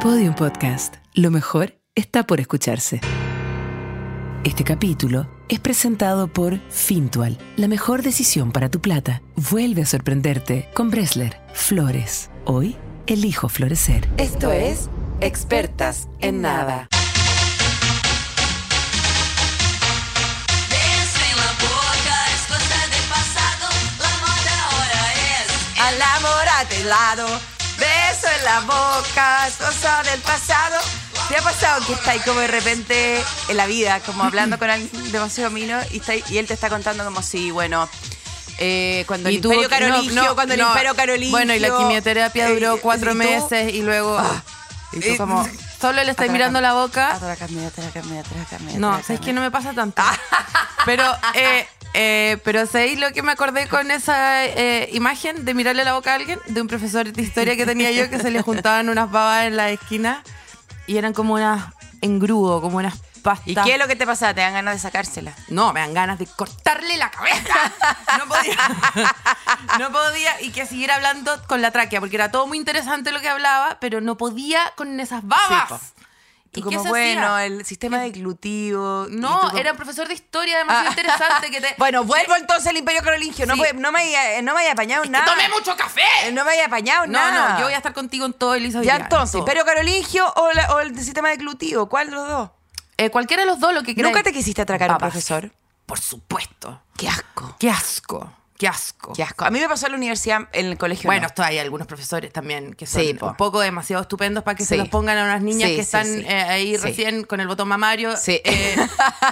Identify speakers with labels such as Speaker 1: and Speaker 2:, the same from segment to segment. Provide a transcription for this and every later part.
Speaker 1: Podium Podcast. Lo mejor está por escucharse. Este capítulo es presentado por Fintual, la mejor decisión para tu plata. Vuelve a sorprenderte con Bresler, Flores. Hoy elijo florecer.
Speaker 2: Esto es Expertas en Nada.
Speaker 3: Beso en la boca, es cosa del pasado, la moda ahora es.
Speaker 2: A la mora de lado, beso en la boca, es cosa del pasado. ¿Te ha pasado que estáis como de repente en la vida, como hablando con alguien demasiado mino y, está, y él te está contando como si, bueno, eh, cuando el
Speaker 4: Y tuvo
Speaker 2: imperio
Speaker 4: que- no,
Speaker 2: carolingio,
Speaker 4: no,
Speaker 2: cuando
Speaker 4: no.
Speaker 2: el imperio carolingio...
Speaker 4: Bueno, y la quimioterapia duró
Speaker 2: eh, y
Speaker 4: cuatro
Speaker 2: tú-
Speaker 4: meses y luego. y tú
Speaker 2: eh,
Speaker 4: como. Solo le estáis mirando la boca.
Speaker 2: Atraca, mira, atraca, mira, atraca, mira,
Speaker 4: No,
Speaker 2: atraca,
Speaker 4: sabes que
Speaker 2: mira.
Speaker 4: no me pasa tanto. Pero, eh, eh, pero ¿sabéis lo que me acordé con esa eh, imagen de mirarle la boca a alguien? De un profesor de historia que tenía yo que se le juntaban unas babas en la esquina y eran como unas engrudo, como unas pastas.
Speaker 2: ¿Y qué es lo que te pasa? Te dan ganas de sacársela.
Speaker 4: No, me dan ganas de cortarle la cabeza. No podía. No podía. Y que siguiera hablando con la tráquea, porque era todo muy interesante lo que hablaba, pero no podía con esas babas.
Speaker 2: Tú
Speaker 4: ¿Y
Speaker 2: como,
Speaker 4: qué se
Speaker 2: bueno,
Speaker 4: hacía?
Speaker 2: el sistema deglutivo. y tú
Speaker 4: No,
Speaker 2: como- Ah.
Speaker 4: era un profesor de historia demasiado interesante que te.
Speaker 2: Bueno, vuelvo entonces al Imperio Carolingio. No,
Speaker 4: Sí.
Speaker 2: pues, no, me, haya- eh, no me haya apañado
Speaker 4: ¡Que
Speaker 2: nada.
Speaker 4: tomé mucho
Speaker 2: Eh,
Speaker 4: café!
Speaker 2: No me haya apañado
Speaker 4: No,
Speaker 2: nada.
Speaker 4: no, yo voy a estar contigo en todo, Elisa. hoy
Speaker 2: Ya
Speaker 4: día, en
Speaker 2: entonces,
Speaker 4: todo.
Speaker 2: Imperio Carolingio o, la- o el sistema deglutivo. ¿Cuál de los dos?
Speaker 4: Eh, cualquiera de los dos, lo que queráis.
Speaker 2: ¿Nunca te quisiste atracar a un
Speaker 4: Babas.
Speaker 2: profesor?
Speaker 4: Por supuesto.
Speaker 2: Qué asco.
Speaker 4: Qué asco. Qué asco.
Speaker 2: Qué asco. A mí me pasó en la universidad, en el colegio.
Speaker 4: Bueno,
Speaker 2: no.
Speaker 4: esto hay algunos profesores también que son
Speaker 2: Sí, po.
Speaker 4: un poco demasiado estupendos para que se
Speaker 2: Sí.
Speaker 4: los pongan a unas niñas
Speaker 2: Sí, sí,
Speaker 4: que están
Speaker 2: sí.
Speaker 4: eh, ahí
Speaker 2: Sí.
Speaker 4: recién con el botón mamario.
Speaker 2: Sí.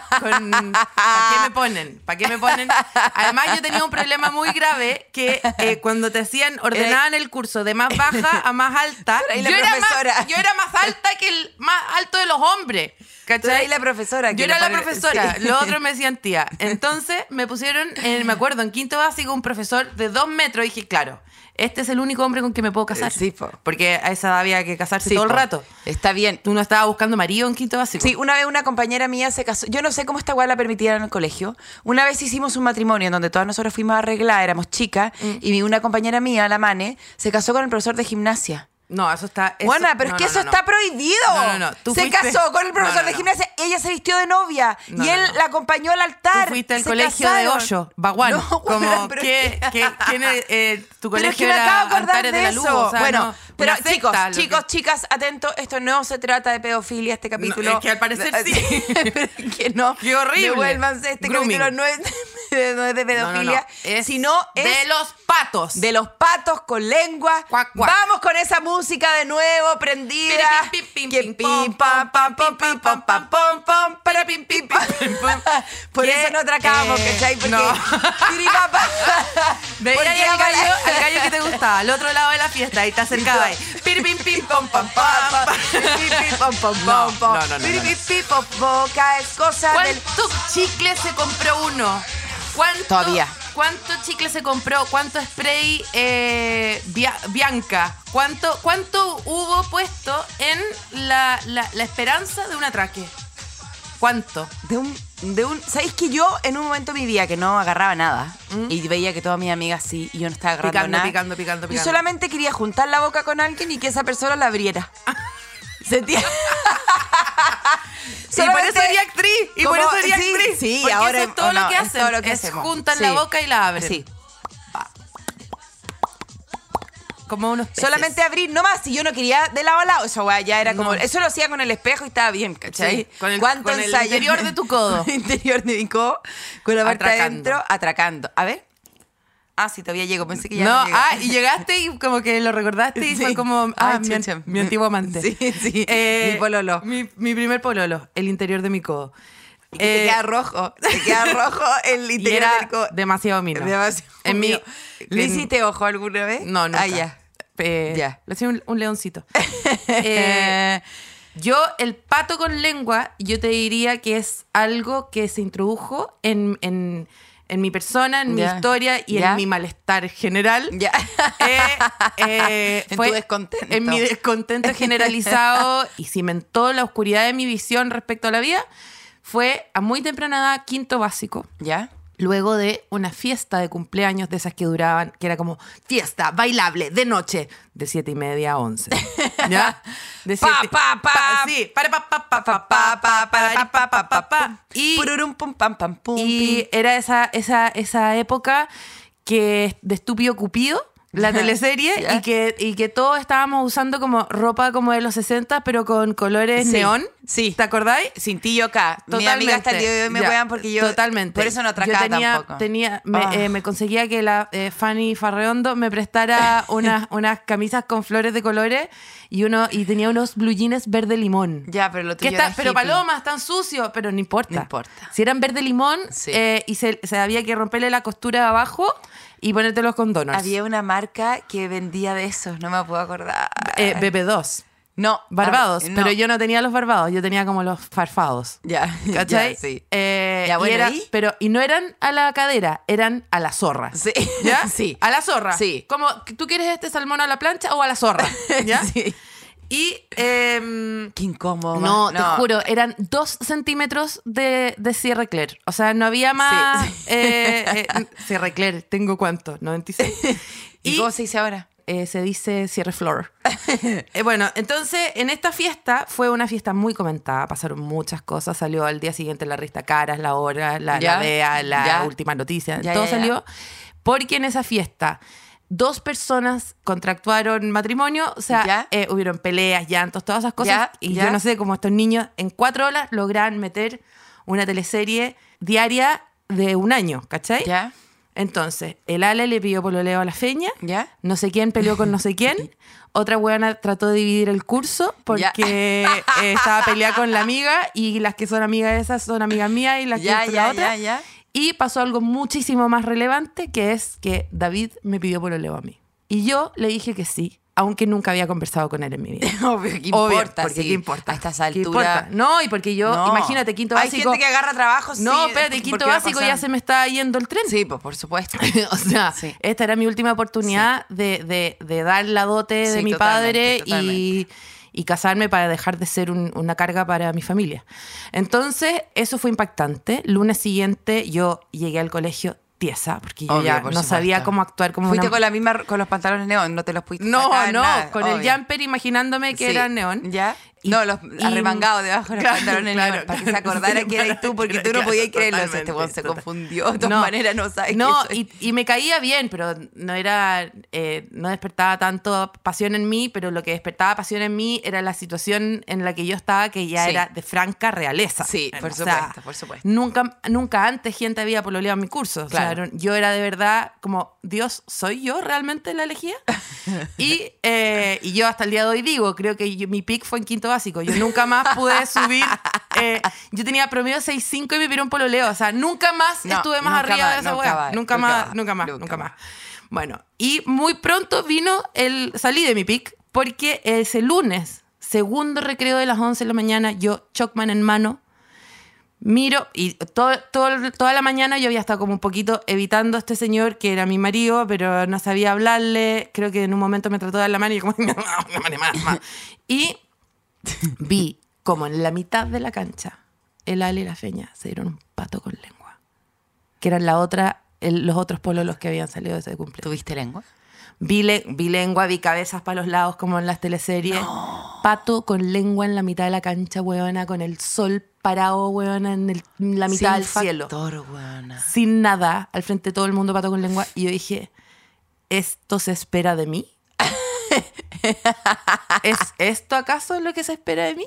Speaker 4: ¿Para qué me ponen? ¿Para qué me ponen? Además, yo tenía un problema muy grave que eh, cuando te hacían, ordenaban el curso de más baja a más alta.
Speaker 2: Tú eras
Speaker 4: Yo
Speaker 2: la
Speaker 4: era,
Speaker 2: profesora.
Speaker 4: más, yo era más alta que el más alto de los hombres.
Speaker 2: Tú eras
Speaker 4: ¿Cachai?
Speaker 2: la profesora. que
Speaker 4: Yo era
Speaker 2: los
Speaker 4: la
Speaker 2: padres-
Speaker 4: profesora,
Speaker 2: Sí.
Speaker 4: los otros me decían tía. Entonces me pusieron, en- me acuerdo, en quinto básico, un profesor de dos metros. Y dije, claro, este es el único hombre con que me puedo casar.
Speaker 2: Eh, sí, po.
Speaker 4: Porque a esa edad había que casarse
Speaker 2: Sí,
Speaker 4: todo
Speaker 2: po.
Speaker 4: el rato.
Speaker 2: Está bien.
Speaker 4: Tú no estabas buscando marido en quinto básico.
Speaker 2: Sí, una vez una compañera mía se casó. Yo no sé cómo esta weá la permitieron en el colegio. Una vez hicimos un matrimonio en donde todas nosotras fuimos a arreglar, éramos chicas,
Speaker 4: Mm.
Speaker 2: y mi- una compañera mía, la Mane, se casó con el profesor de gimnasia.
Speaker 4: No, eso está. eso-
Speaker 2: Buena, pero
Speaker 4: no,
Speaker 2: es que
Speaker 4: no,
Speaker 2: eso
Speaker 4: no, no.
Speaker 2: está prohibido.
Speaker 4: No, no, no. Tú
Speaker 2: se
Speaker 4: fuiste-
Speaker 2: casó con el
Speaker 4: No,
Speaker 2: profesor
Speaker 4: no,
Speaker 2: de
Speaker 4: no.
Speaker 2: gimnasia, ella se vistió de novia
Speaker 4: No,
Speaker 2: y
Speaker 4: no,
Speaker 2: él
Speaker 4: no.
Speaker 2: la acompañó al altar.
Speaker 4: Tú fuiste al
Speaker 2: Se
Speaker 4: colegio de
Speaker 2: casaron.
Speaker 4: Hoyo, Baguán.
Speaker 2: No, buena,
Speaker 4: como
Speaker 2: pero-
Speaker 4: que, que, quién es, eh, tu
Speaker 2: Pero
Speaker 4: colegio
Speaker 2: es que me
Speaker 4: era
Speaker 2: acabo de acordar
Speaker 4: Antares
Speaker 2: de,
Speaker 4: de la
Speaker 2: eso.
Speaker 4: Luz. o sea,
Speaker 2: bueno,
Speaker 4: no,
Speaker 2: pero
Speaker 4: una secta,
Speaker 2: chicos,
Speaker 4: lo que-
Speaker 2: chicos, chicas, atento, esto no se trata de pedofilia este capítulo.
Speaker 4: es que al parecer sí.
Speaker 2: Pero es que no.
Speaker 4: Qué horrible.
Speaker 2: Devuélvanse, este
Speaker 4: Grooming.
Speaker 2: capítulo no es, no es de
Speaker 4: No, no, no.
Speaker 2: pedofilia,
Speaker 4: Es
Speaker 2: sino es
Speaker 4: de los patos.
Speaker 2: de los patos con lengua.
Speaker 4: Cuac, cuac.
Speaker 2: Vamos con esa música de nuevo prendida.
Speaker 4: Pim, pim, pim,
Speaker 2: Que
Speaker 4: pim,
Speaker 2: pim,
Speaker 4: pom,
Speaker 2: pam, pam, pim,
Speaker 4: pom,
Speaker 2: pim,
Speaker 4: pam,
Speaker 2: pam, pam, pam,
Speaker 4: pam,
Speaker 2: pam, para, pim, pim, pam. Por
Speaker 4: Que,
Speaker 2: eso no atracamos,
Speaker 4: eh,
Speaker 2: ¿cachai? Porque
Speaker 4: no.
Speaker 2: piripapa.
Speaker 4: Veía
Speaker 2: Porque vamos-
Speaker 4: al gallo, al gallo que te gustaba, al otro lado de la fiesta, y te acercaba ahí.
Speaker 2: pues.
Speaker 4: Pir, pim, pim, pom, pam, pam, pam. No, no, no, no, no.
Speaker 2: Boca es cosa del...
Speaker 4: ¿Cuántos chicles se compró uno? ¿Cuánto,
Speaker 2: Todavía.
Speaker 4: ¿Cuánto chicle se compró? ¿Cuánto spray eh, Bia- Bianca? ¿Cuánto, ¿Cuánto hubo puesto en la, la- la esperanza de un atraque? ¿Cuánto?
Speaker 2: De un, de un, ¿Sabéis que yo en un momento de mi vida que no agarraba nada y veía que todas mis amigas sí y yo no estaba agarrando
Speaker 4: Picando,
Speaker 2: nada?
Speaker 4: picando, picando,
Speaker 2: Yo
Speaker 4: picando.
Speaker 2: solamente quería juntar la boca con alguien y que esa persona la abriera. Sentía...
Speaker 4: y por eso sería actriz. Y por
Speaker 2: como-
Speaker 4: eso sería
Speaker 2: sí,
Speaker 4: actriz.
Speaker 2: sí,
Speaker 4: Porque
Speaker 2: ahora-
Speaker 4: eso es todo
Speaker 2: oh, no,
Speaker 4: lo que
Speaker 2: es
Speaker 4: hacen.
Speaker 2: todo lo que
Speaker 4: es
Speaker 2: hacemos.
Speaker 4: juntan
Speaker 2: Sí.
Speaker 4: la boca y la abren.
Speaker 2: Sí.
Speaker 4: Como unos peces.
Speaker 2: Solamente abrir nomás, si yo no quería de lado a lado, eso weá, ya era como.
Speaker 4: No.
Speaker 2: Eso lo hacía con el espejo y estaba bien, ¿cachai?
Speaker 4: Sí, con el-
Speaker 2: ¿Cuánto
Speaker 4: con el
Speaker 2: ensayo?
Speaker 4: interior de tu codo.
Speaker 2: interior de mi codo, con la parte
Speaker 4: Atracando.
Speaker 2: adentro, atracando. A ver. Ah, sí, todavía llego, pensé que ya
Speaker 4: No,
Speaker 2: no, llegaba.
Speaker 4: ah, y llegaste y como que lo recordaste y
Speaker 2: Sí.
Speaker 4: fue como, ah,
Speaker 2: Ay,
Speaker 4: mi,
Speaker 2: chucha.
Speaker 4: mi antiguo amante. Eh,
Speaker 2: Sí, sí, mi pololo.
Speaker 4: Mi, mi primer pololo, el interior de mi codo.
Speaker 2: Y que te
Speaker 4: Eh,
Speaker 2: queda rojo, te queda rojo el
Speaker 4: y
Speaker 2: interior
Speaker 4: era
Speaker 2: del codo.
Speaker 4: demasiado mino.
Speaker 2: Demasiado
Speaker 4: En mi,
Speaker 2: mío. ¿Le
Speaker 4: en-
Speaker 2: hiciste ojo alguna vez?
Speaker 4: No, nunca.
Speaker 2: Ah, ya.
Speaker 4: Eh,
Speaker 2: Ya.
Speaker 4: Le hacía un, un leoncito. Eh, yo, el pato con lengua, yo te diría que es algo que se introdujo en, en- en mi persona,
Speaker 2: Ya.
Speaker 4: en mi historia y
Speaker 2: Ya.
Speaker 4: en mi malestar general.
Speaker 2: Ya.
Speaker 4: Eh, eh,
Speaker 2: En tu descontento.
Speaker 4: En mi descontento generalizado y cimentó la oscuridad de mi visión respecto a la vida. Fue a muy temprana edad, quinto básico
Speaker 2: ¿Ya?
Speaker 4: luego de una fiesta de cumpleaños de esas que duraban, que era como fiesta, bailable, de noche, de siete y media a once. ¿Ya? De
Speaker 2: Pa,
Speaker 4: siete-
Speaker 2: pa, pa.
Speaker 4: sí, para, pa, pa, pa, pa,
Speaker 2: Pa, pa, para, pa, pa, pa, pa.
Speaker 4: Y-
Speaker 2: Pururum, pum, pam, pam, pum,
Speaker 4: Y era esa, esa, esa época que de estúpido cupido, la teleserie,
Speaker 2: Ya.
Speaker 4: y, que, y que todos estábamos usando como ropa como de los 60, pero con colores
Speaker 2: Sí,
Speaker 4: neón.
Speaker 2: sí.
Speaker 4: ¿Te acordáis?
Speaker 2: Cintillo acá.
Speaker 4: Totalmente.
Speaker 2: Mi amiga hasta el día de hoy me
Speaker 4: Ya.
Speaker 2: juegan porque yo.
Speaker 4: Totalmente.
Speaker 2: Por eso no
Speaker 4: yo
Speaker 2: atracaba
Speaker 4: tenía,
Speaker 2: tampoco.
Speaker 4: tenía- me,
Speaker 2: Ah.
Speaker 4: eh, me conseguía que la eh, Fanny Farreondo me prestara unas, unas camisas con flores de colores y uno y tenía unos blue jeans verde limón.
Speaker 2: Ya, pero lo
Speaker 4: Que
Speaker 2: tuyo
Speaker 4: está-
Speaker 2: era
Speaker 4: pero
Speaker 2: hippie.
Speaker 4: palomas, están sucios, pero no importa.
Speaker 2: No importa.
Speaker 4: Si eran verde limón
Speaker 2: Sí.
Speaker 4: eh, y se, se había que romperle la costura de abajo y ponértelos con donuts.
Speaker 2: Había una marca que vendía de esos, no me puedo acordar.
Speaker 4: Eh, BB2.
Speaker 2: no,
Speaker 4: Barbados.
Speaker 2: ah, no.
Speaker 4: Pero yo no tenía los barbados, yo tenía como los farfados.
Speaker 2: Ya,
Speaker 4: ¿Cachai?
Speaker 2: ya, sí.
Speaker 4: Eh,
Speaker 2: Ya,
Speaker 4: y
Speaker 2: bueno,
Speaker 4: era-
Speaker 2: ¿y?
Speaker 4: Pero, y no eran a la cadera, eran a la zorra.
Speaker 2: Sí.
Speaker 4: ¿Ya?
Speaker 2: Sí.
Speaker 4: A la zorra.
Speaker 2: Sí.
Speaker 4: Como, ¿tú quieres este salmón a la plancha o a la zorra? ¿Ya?
Speaker 2: Sí.
Speaker 4: Y, em,
Speaker 2: Qué incómodo.
Speaker 4: no,
Speaker 2: man.
Speaker 4: te juro, eran dos centímetros de, de Sierra Claire. O sea, no había más.
Speaker 2: Sí, sí.
Speaker 4: eh, eh, Sierra Claire, ¿tengo cuánto? 96.
Speaker 2: ¿Y, cómo se dice ahora?
Speaker 4: Eh, se dice cierre flor. Eh, bueno, entonces en esta fiesta fue una fiesta muy comentada, pasaron muchas cosas, salió al día siguiente la revista Caras, la hora, la,
Speaker 2: Ya,
Speaker 4: la DEA, la
Speaker 2: ya.
Speaker 4: última noticia,
Speaker 2: Ya,
Speaker 4: todo
Speaker 2: ya, ya.
Speaker 4: salió. Porque en esa fiesta dos personas contractuaron matrimonio, o sea,
Speaker 2: Ya.
Speaker 4: eh, hubieron peleas, llantos, todas esas cosas.
Speaker 2: Ya,
Speaker 4: y
Speaker 2: ya.
Speaker 4: yo no sé cómo estos niños en cuatro horas lograron meter una teleserie diaria de un año, ¿cachai?
Speaker 2: ¿Ya?
Speaker 4: Entonces, el Ale le pidió pololeo a la feña.
Speaker 2: ¿Ya?
Speaker 4: No sé quién peleó con no sé quién. Otra weona trató de dividir el curso
Speaker 2: Ya.
Speaker 4: porque eh, estaba peleada con la amiga y las que son amigas de esas son amigas mías y las que
Speaker 2: Ya,
Speaker 4: son
Speaker 2: ya,
Speaker 4: la
Speaker 2: ya,
Speaker 4: otra.
Speaker 2: ya.
Speaker 4: Y pasó algo muchísimo más relevante que es que David me pidió pololeo a mí. Y yo le dije que sí, aunque nunca había conversado con él en mi vida.
Speaker 2: Obvio, ¿qué
Speaker 4: Obvio,
Speaker 2: importa?
Speaker 4: porque
Speaker 2: sí,
Speaker 4: ¿qué importa?
Speaker 2: A estas
Speaker 4: ¿Qué
Speaker 2: alturas.
Speaker 4: importa? No, y porque yo,
Speaker 2: No.
Speaker 4: imagínate, quinto
Speaker 2: Hay
Speaker 4: básico.
Speaker 2: gente que agarra trabajo,
Speaker 4: no,
Speaker 2: sí,
Speaker 4: espérate,
Speaker 2: porque
Speaker 4: quinto
Speaker 2: va a
Speaker 4: básico ya
Speaker 2: pasar.
Speaker 4: se me está yendo el tren.
Speaker 2: Sí, pues por supuesto.
Speaker 4: o sea,
Speaker 2: Sí.
Speaker 4: esta era mi última oportunidad de, de- de dar la dote de
Speaker 2: Sí,
Speaker 4: mi padre
Speaker 2: totalmente,
Speaker 4: Y, y casarme para dejar de ser un- una carga para mi familia. Entonces, eso fue impactante. Lunes siguiente yo llegué al colegio tiesa, porque yo
Speaker 2: Obvio,
Speaker 4: ya no
Speaker 2: por
Speaker 4: sabía
Speaker 2: supuesto.
Speaker 4: cómo actuar como
Speaker 2: Fuiste
Speaker 4: una...
Speaker 2: con la misma, con los pantalones neón, no te los pudiste
Speaker 4: No,
Speaker 2: sacar,
Speaker 4: no,
Speaker 2: nada,
Speaker 4: con el
Speaker 2: obvio.
Speaker 4: jumper imaginándome que
Speaker 2: Sí,
Speaker 4: era neón.
Speaker 2: ¿Ya?
Speaker 4: Y-
Speaker 2: no, los
Speaker 4: y-
Speaker 2: arremangados debajo de los
Speaker 4: Claro,
Speaker 2: pantalones
Speaker 4: claro,
Speaker 2: neón, para que se
Speaker 4: claro,
Speaker 2: acordara
Speaker 4: sí,
Speaker 2: que eras
Speaker 4: para
Speaker 2: tú,
Speaker 4: que
Speaker 2: porque
Speaker 4: era-
Speaker 2: tú no
Speaker 4: claro,
Speaker 2: podías creerlo. O sea, este
Speaker 4: totalmente,
Speaker 2: weón se
Speaker 4: total.
Speaker 2: confundió. De todas maneras, no sabes
Speaker 4: No,
Speaker 2: qué soy.
Speaker 4: y, y me caía bien, pero no era, eh, no despertaba tanto pasión en mí, pero lo que despertaba pasión en mí era la situación en la que yo estaba, que ya
Speaker 2: Sí.
Speaker 4: era de franca realeza.
Speaker 2: Sí, por
Speaker 4: O sea,
Speaker 2: supuesto, por supuesto.
Speaker 4: Nunca, nunca antes gente había pololeado en mi curso. O sea,
Speaker 2: Claro.
Speaker 4: era un- yo era de verdad como, Dios, ¿soy yo realmente la elegida? Y, eh, y yo hasta el día de hoy digo, creo que yo- mi pick fue en quinto básico. Yo nunca más pude subir. eh, yo tenía promedio 6.5 y me pidieron pololeo. O sea, nunca más
Speaker 2: No,
Speaker 4: estuve más
Speaker 2: nunca
Speaker 4: arriba
Speaker 2: más,
Speaker 4: de esa
Speaker 2: nunca
Speaker 4: weá.
Speaker 2: más,
Speaker 4: Nunca
Speaker 2: nunca
Speaker 4: más,
Speaker 2: más,
Speaker 4: nunca más,
Speaker 2: nunca
Speaker 4: nunca
Speaker 2: más.
Speaker 4: más. Bueno, y muy pronto vino el. Salí de mi pick porque ese lunes, segundo recreo de las 11 de la mañana, yo, Chocman en mano, miro y todo, todo- toda la mañana yo había estado como un poquito evitando a este señor que era mi marido, pero no sabía hablarle. Creo que en un momento me trató de dar la mano y yo como... "No, no, no, no, no". y vi como en la mitad de la cancha el Ale y la Feña se dieron un pato con lengua. Que eran la otra, el- los otros pololos que habían salido de ese cumpleaños.
Speaker 2: ¿Tuviste lengua?
Speaker 4: Vi, le- vi lengua, vi cabezas para los lados como en las teleseries. Pato con lengua en la mitad de la cancha, huevona, con el sol parado, huevona, en, el- en la mitad del cielo. Sin nada, al frente de todo el mundo, pato con lengua. Y yo dije, ¿esto se espera de mí? ¿Es esto acaso lo que se espera de mí?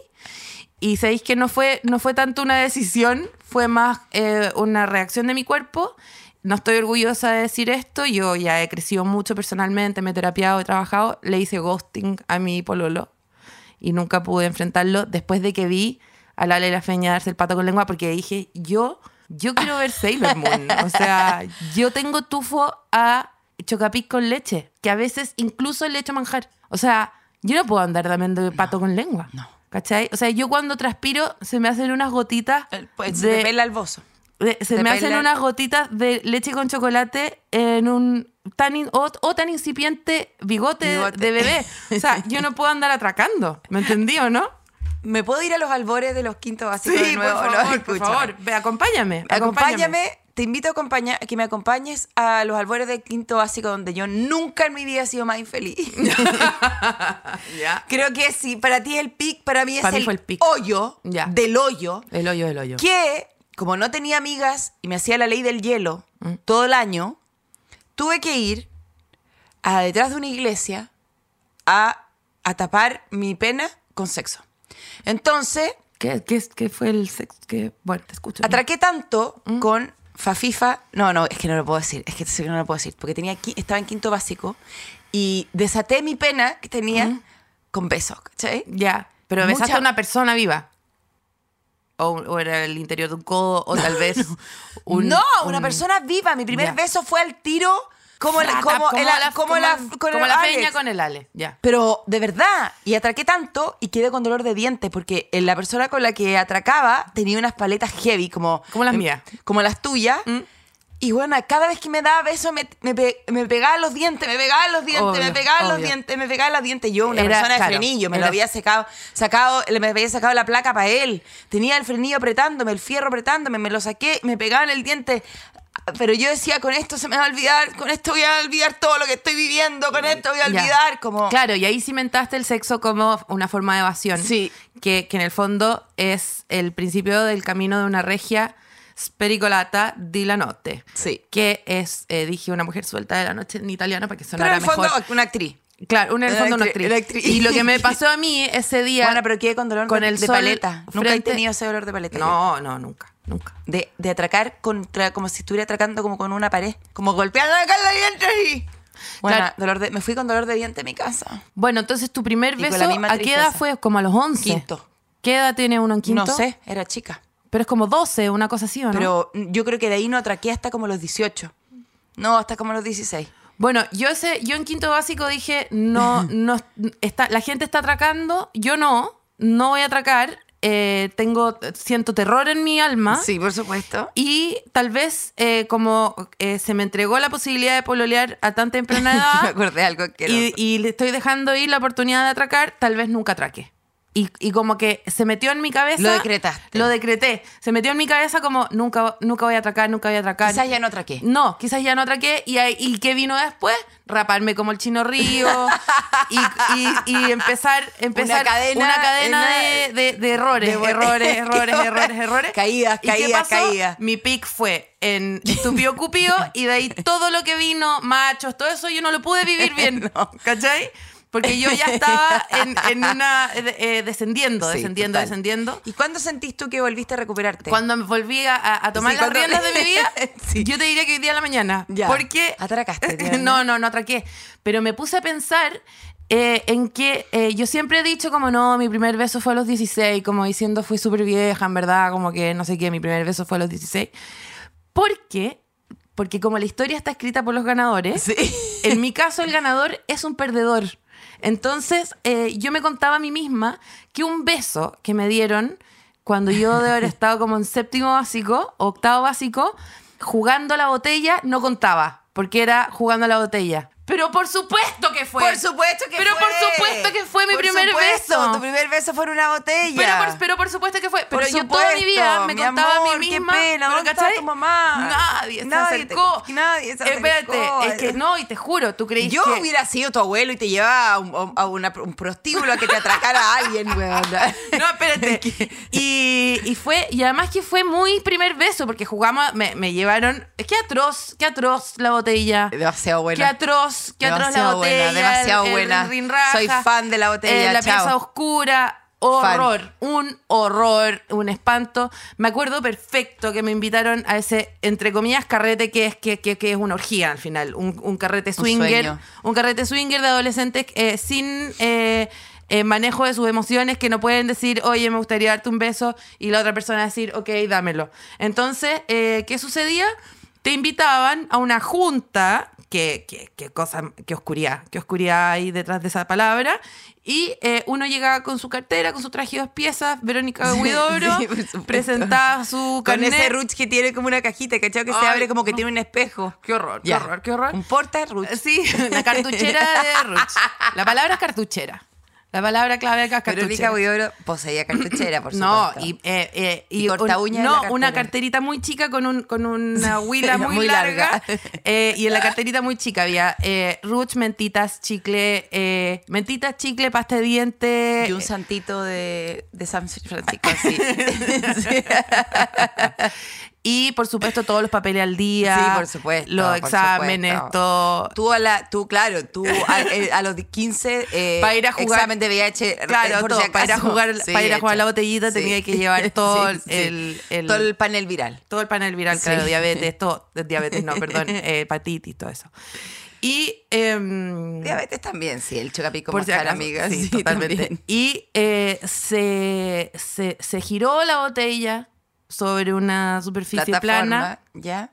Speaker 4: Y sabéis que no fue, no fue tanto una decisión, fue más eh, una reacción de mi cuerpo. No estoy orgullosa de decir esto, yo ya he crecido mucho personalmente, me he terapiado, he trabajado. Le hice ghosting a mi pololo y nunca pude enfrentarlo después de que vi a la Lela Feña darse el pato con lengua porque dije, yo, yo quiero ver Sailor Moon. O sea, yo tengo tufo a chocapic con leche, que a veces incluso le echo manjar. O sea, yo no puedo andar dando pato con lengua.
Speaker 2: no.
Speaker 4: ¿Cachai? O sea, yo cuando transpiro se me hacen unas gotitas
Speaker 2: Pues
Speaker 4: de-
Speaker 2: se te pela el bozo.
Speaker 4: de- se
Speaker 2: te
Speaker 4: me hacen
Speaker 2: pela-
Speaker 4: unas gotitas de leche con chocolate en un tan in- o, o tan incipiente bigote,
Speaker 2: Bigote.
Speaker 4: de bebé. O sea, yo no puedo andar atracando. ¿Me entendí o no?
Speaker 2: ¿Me puedo ir a los albores de los quintos básicos de nuevo?
Speaker 4: por
Speaker 2: No,
Speaker 4: favor, por
Speaker 2: escucha.
Speaker 4: favor. Ve, acompáñame.
Speaker 2: Acompáñame te invito a acompañar- que me acompañes a los albores del quinto básico, donde yo nunca en mi vida he sido más infeliz.
Speaker 4: Ya.
Speaker 2: Creo que sí, para ti es el pic, para mí es
Speaker 4: Para mí
Speaker 2: el,
Speaker 4: fue el pic.
Speaker 2: hoyo
Speaker 4: Ya.
Speaker 2: del hoyo.
Speaker 4: El hoyo, el hoyo.
Speaker 2: Que, como no tenía amigas y me hacía la ley del hielo
Speaker 4: Mm.
Speaker 2: todo el año, tuve que ir a detrás de una iglesia a, a tapar mi pena con sexo. Entonces,
Speaker 4: ¿Qué, qué, es- qué fue el sexo? Que, bueno, te escucho.
Speaker 2: atraqué tanto
Speaker 4: Mm.
Speaker 2: con Fafifa. No, no, es que no lo puedo decir. Es que sé que no lo puedo decir. Porque tenía qui- estaba en quinto básico y desaté mi pena que tenía con besos, ¿cachai?
Speaker 4: Ya. Pero besaste
Speaker 2: Mucha-
Speaker 4: a una persona viva. O, o era el interior de un codo, o tal vez. un-
Speaker 2: no,
Speaker 4: un-
Speaker 2: una persona viva. Mi primer
Speaker 4: Ya.
Speaker 2: beso fue al tiro. Como, el-
Speaker 4: Frata,
Speaker 2: como, el-
Speaker 4: la-
Speaker 2: como la,
Speaker 4: como-
Speaker 2: con el
Speaker 4: como la
Speaker 2: Alex.
Speaker 4: peña con el Ale. Ya.
Speaker 2: Pero de verdad, y atraqué tanto y quedé con dolor de dientes porque eh, la persona con la que atracaba tenía unas paletas heavy, como,
Speaker 4: Como las
Speaker 2: em,
Speaker 4: mías. Mm.
Speaker 2: Como las tuyas. Y bueno, cada vez que me daba beso me, me, pe- me pegaba los dientes, me pegaba los dientes, me
Speaker 4: Obvio,
Speaker 2: pegaba los
Speaker 4: obvio.
Speaker 2: dientes, me pegaba los dientes. Yo, una
Speaker 4: Era,
Speaker 2: persona de
Speaker 4: claro,
Speaker 2: frenillo, me lo
Speaker 4: era-
Speaker 2: había sacado, sacado, le- me había sacado la placa para él. Tenía el frenillo apretándome, el fierro apretándome, me lo saqué, me pegaban el diente. Pero yo decía, con esto se me va a olvidar, con esto voy a olvidar todo lo que estoy viviendo, con esto voy a
Speaker 4: Ya.
Speaker 2: olvidar, como...
Speaker 4: Claro, y ahí cimentaste el sexo como una forma de evasión.
Speaker 2: Sí.
Speaker 4: Que, que en el fondo es el principio del camino de una regia spericolata di la notte.
Speaker 2: Sí.
Speaker 4: Que es, eh, dije, una mujer suelta de la noche en italiano para que
Speaker 2: Pero en
Speaker 4: sonara
Speaker 2: el fondo,
Speaker 4: mejor.
Speaker 2: una actriz.
Speaker 4: Claro, una en el
Speaker 2: Era
Speaker 4: fondo una
Speaker 2: actri-
Speaker 4: actriz.
Speaker 2: era actriz.
Speaker 4: Y lo que me pasó a mí ese día.
Speaker 2: Bueno, pero quedé con dolor
Speaker 4: con
Speaker 2: de,
Speaker 4: el
Speaker 2: de
Speaker 4: sol
Speaker 2: paleta. Nunca he
Speaker 4: frente-
Speaker 2: tenido ese dolor de paleta.
Speaker 4: No, no, nunca, nunca.
Speaker 2: De, de atracar contra, como si estuviera atracando como con una pared. Como golpeando acá los dientes y... Bueno,
Speaker 4: Claro.
Speaker 2: dolor de, me fui con dolor de diente a mi casa.
Speaker 4: Bueno, entonces tu primer
Speaker 2: Y con
Speaker 4: beso,
Speaker 2: la misma
Speaker 4: ¿a qué edad
Speaker 2: tristeza.
Speaker 4: fue? Como a los 11.
Speaker 2: Quinto.
Speaker 4: ¿Qué edad tiene uno en quinto?
Speaker 2: No sé, era chica.
Speaker 4: Pero es como 12, una cosa así, ¿o ¿no?
Speaker 2: Pero yo creo que de ahí no atraqué hasta como los 18. No, hasta como los 16.
Speaker 4: Bueno, yo ese, yo en quinto básico dije, no, no, está, la gente está atracando, yo no, no voy a atracar, eh, tengo, siento terror en mi alma.
Speaker 2: por supuesto.
Speaker 4: Y tal vez eh, como eh, se me entregó la posibilidad de pololear a tan temprana
Speaker 2: Me
Speaker 4: edad
Speaker 2: acordé de algo que...
Speaker 4: y, y le estoy dejando ir la oportunidad de atracar, tal vez nunca atraque. Y, y como que se metió en mi cabeza...
Speaker 2: Lo decretaste.
Speaker 4: Lo decreté. Se metió en mi cabeza como, nunca, nunca voy a atracar, nunca voy a atracar.
Speaker 2: Quizás ya no atraqué.
Speaker 4: No, quizás ya no atraqué. ¿Y, ahí- y qué vino después? Raparme como el chino río y, y- y empezar, empezar
Speaker 2: Una cadena-
Speaker 4: una cadena
Speaker 2: una-
Speaker 4: de, de- de errores,
Speaker 2: de-
Speaker 4: errores, errores, errores, errores.
Speaker 2: Caídas,
Speaker 4: ¿Y qué
Speaker 2: caídas,
Speaker 4: pasó?
Speaker 2: caídas.
Speaker 4: Mi pick fue en Estúpido Cupido y de ahí todo lo que vino, machos, todo eso, yo no lo pude vivir bien. ¿Cachai? Porque yo ya estaba en, en una. eh, eh, descendiendo,
Speaker 2: Sí,
Speaker 4: descendiendo,
Speaker 2: total.
Speaker 4: descendiendo.
Speaker 2: ¿Y cuándo sentís tú que volviste a recuperarte?
Speaker 4: Cuando me volví a- a, a tomar
Speaker 2: Sí,
Speaker 4: las
Speaker 2: cuando-
Speaker 4: riendas de mi vida,
Speaker 2: Sí.
Speaker 4: yo te diría que hoy día a la mañana.
Speaker 2: Ya.
Speaker 4: Porque.
Speaker 2: Atracaste, tía,
Speaker 4: no,
Speaker 2: ¿no?
Speaker 4: no, no atraqué. Pero me puse a pensar eh, en que eh, yo siempre he dicho, como no, mi primer beso fue a los 16, como diciendo fui súper vieja, en verdad, como que no sé qué, mi primer beso fue a los 16. Porque. Porque como la historia está escrita por los ganadores, en mi caso el ganador es un perdedor. Entonces eh, yo me contaba a mí misma que un beso que me dieron cuando yo de haber estado como en séptimo básico, octavo básico, jugando a la botella no contaba, porque era jugando a la botella. Pero por supuesto que fue.
Speaker 2: Por supuesto que
Speaker 4: Pero
Speaker 2: fue.
Speaker 4: por supuesto que fue mi
Speaker 2: Por
Speaker 4: primer
Speaker 2: supuesto,
Speaker 4: beso.
Speaker 2: Tu primer beso fue en una botella.
Speaker 4: Pero por, pero por supuesto que fue. Pero
Speaker 2: Por
Speaker 4: yo toda mi
Speaker 2: supuesto,
Speaker 4: vida me
Speaker 2: mi
Speaker 4: contaba a
Speaker 2: amor,
Speaker 4: mí
Speaker 2: qué
Speaker 4: misma.
Speaker 2: pena,
Speaker 4: pero
Speaker 2: ¿dónde
Speaker 4: ¿cachai?
Speaker 2: está tu mamá?
Speaker 4: Nadie, se
Speaker 2: Nadie te-
Speaker 4: acercó.
Speaker 2: nadie se acercó.
Speaker 4: Espérate, es que no, y te juro, tú creíste.
Speaker 2: Yo hubiera sido tu abuelo y te llevaba a un, a una- un prostíbulo a que te atracara a alguien, weón.
Speaker 4: No, espérate. Y, y fue, y además que fue muy primer beso, porque jugamos, me, me llevaron. Es que atroz, qué atroz la botella.
Speaker 2: Demasiado bueno.
Speaker 4: Qué atroz, qué atroz la
Speaker 2: Demasiado buena,
Speaker 4: botella.
Speaker 2: demasiado
Speaker 4: el- el
Speaker 2: buena.
Speaker 4: rinrinraja,
Speaker 2: Soy fan de la botella,
Speaker 4: eh, la
Speaker 2: chao.
Speaker 4: pieza oscura. Horror, un horror, un espanto. Me acuerdo perfecto que me invitaron a ese, entre comillas, carrete que es, que, que- que es una orgía al final, un, un carrete swinger, un,
Speaker 2: sueño.
Speaker 4: carrete swinger de adolescentes eh, sin eh, eh, manejo de sus emociones que no pueden decir, oye, me gustaría darte un beso y la otra persona decir, ok, dámelo. Entonces, eh, ¿qué sucedía? Te invitaban a una junta, que, que, que cosa, qué oscuridad, qué oscuridad hay detrás de esa palabra, y eh, uno llegaba con su cartera, con su traje de dos piezas, Verónica
Speaker 2: Sí,
Speaker 4: Guidobro,
Speaker 2: sí, por supuesto.
Speaker 4: presentaba su
Speaker 2: Con
Speaker 4: carnet.
Speaker 2: ese ruch que tiene como una cajita, ¿cachai? Que se
Speaker 4: Ay,
Speaker 2: abre como que
Speaker 4: no.
Speaker 2: tiene un espejo.
Speaker 4: Qué horror,
Speaker 2: Ya.
Speaker 4: qué horror, Eh, qué horror.
Speaker 2: Un porta ruch.
Speaker 4: Sí, la cartuchera de Ruch. La palabra es cartuchera. La palabra clave acá es
Speaker 2: Verónica
Speaker 4: cartuchera.
Speaker 2: Huidobro poseía cartuchera, por
Speaker 4: No,
Speaker 2: supuesto.
Speaker 4: y, eh, eh,
Speaker 2: Y
Speaker 4: y
Speaker 2: corta
Speaker 4: un-
Speaker 2: uña en
Speaker 4: no,
Speaker 2: la cartera.
Speaker 4: una carterita muy chica con, un, con una huila muy,
Speaker 2: muy larga.
Speaker 4: larga. Eh, y en la carterita muy chica había eh, ruch, mentitas, chicle, eh, mentitas, chicle, pasta de dientes.
Speaker 2: Y un santito de, de San Francisco, sí.
Speaker 4: Y por supuesto todos los papeles al día.
Speaker 2: Sí, por supuesto,
Speaker 4: Los
Speaker 2: por
Speaker 4: exámenes,
Speaker 2: supuesto. Eh,
Speaker 4: todo.
Speaker 2: Tú, a la, tú claro, tú a, eh, a los 15 eh,
Speaker 4: Para ir a jugar-
Speaker 2: examen de VIH, eh,
Speaker 4: Claro,
Speaker 2: por
Speaker 4: todo.
Speaker 2: si
Speaker 4: para ir a
Speaker 2: acaso.
Speaker 4: jugar,
Speaker 2: Sí,
Speaker 4: para ir a
Speaker 2: hecho.
Speaker 4: jugar la botellita
Speaker 2: Sí.
Speaker 4: tenía que llevar todo
Speaker 2: Sí, sí.
Speaker 4: el, el-
Speaker 2: todo el panel viral.
Speaker 4: todo el panel viral, claro,
Speaker 2: Sí.
Speaker 4: diabetes, todo, diabetes no, perdón, eh, hepatitis, todo eso. Y em,
Speaker 2: Diabetes también, sí, el chocapico
Speaker 4: por si
Speaker 2: mascar,
Speaker 4: acaso,
Speaker 2: amigas.
Speaker 4: sí, totalmente. Y eh, se, se, se giró la botella sobre una superficie
Speaker 2: Plataforma,
Speaker 4: plana.
Speaker 2: ¿ya?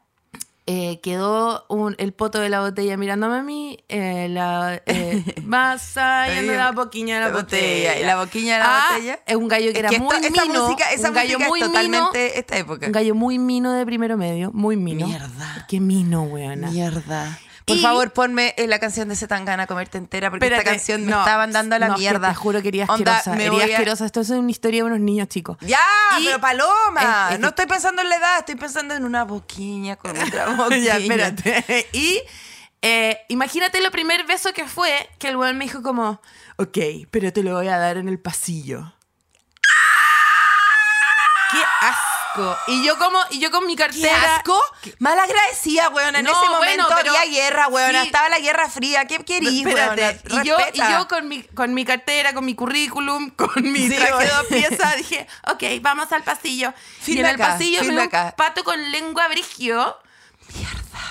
Speaker 4: Eh, quedó un- el poto de la botella mirándome a mí. eh, la, eh, más allá de la boquiña de la,
Speaker 2: La botella,
Speaker 4: botella.
Speaker 2: y la boquiña de la
Speaker 4: Ah,
Speaker 2: botella.
Speaker 4: Es un gallo que era
Speaker 2: Es que
Speaker 4: muy
Speaker 2: esto- esa
Speaker 4: mino.
Speaker 2: música, esa
Speaker 4: un gallo
Speaker 2: música
Speaker 4: muy
Speaker 2: es totalmente
Speaker 4: mino.
Speaker 2: esta época.
Speaker 4: Un gallo muy mino de primero medio. Muy mino.
Speaker 2: Mierda.
Speaker 4: Qué mino, weona.
Speaker 2: Mierda. Por
Speaker 4: Y-
Speaker 2: favor, ponme eh, la canción de Zetangana Comerte Entera, porque esta
Speaker 4: Espérate,
Speaker 2: canción me
Speaker 4: no,
Speaker 2: estaban dando a la
Speaker 4: no, es que
Speaker 2: mierda.
Speaker 4: Te juro que era
Speaker 2: Onda,
Speaker 4: asquerosa.
Speaker 2: me
Speaker 4: era
Speaker 2: voy a-
Speaker 4: asquerosa. Esto es una historia de unos niños chicos.
Speaker 2: Ya,
Speaker 4: Y-
Speaker 2: pero Paloma,
Speaker 4: Es- es
Speaker 2: no
Speaker 4: que-
Speaker 2: estoy pensando en la edad, estoy pensando en una boquiña con otra boquiña.
Speaker 4: Ya, espérate. Y eh, imagínate lo primer beso que fue que el weón me dijo como, ok, pero te lo voy a dar en el pasillo. ¡Qué asco! Y yo como, y yo con mi
Speaker 2: ¡Qué
Speaker 4: cartera.
Speaker 2: asco! Mal agradecida, weón. En
Speaker 4: No,
Speaker 2: ese
Speaker 4: bueno,
Speaker 2: momento
Speaker 4: pero-
Speaker 2: había guerra, weón.
Speaker 4: sí.
Speaker 2: Estaba la guerra fría. ¿Qué querís, weón?
Speaker 4: Espérate. Y yo, y yo con mi, con mi cartera, con mi currículum, con mi
Speaker 2: Sí,
Speaker 4: traje de
Speaker 2: bueno.
Speaker 4: dos piezas, dije, ok, vamos al pasillo.
Speaker 2: Firme
Speaker 4: y en el
Speaker 2: acá,
Speaker 4: pasillo me
Speaker 2: firme
Speaker 4: dio un
Speaker 2: acá.
Speaker 4: pato con lengua brigio.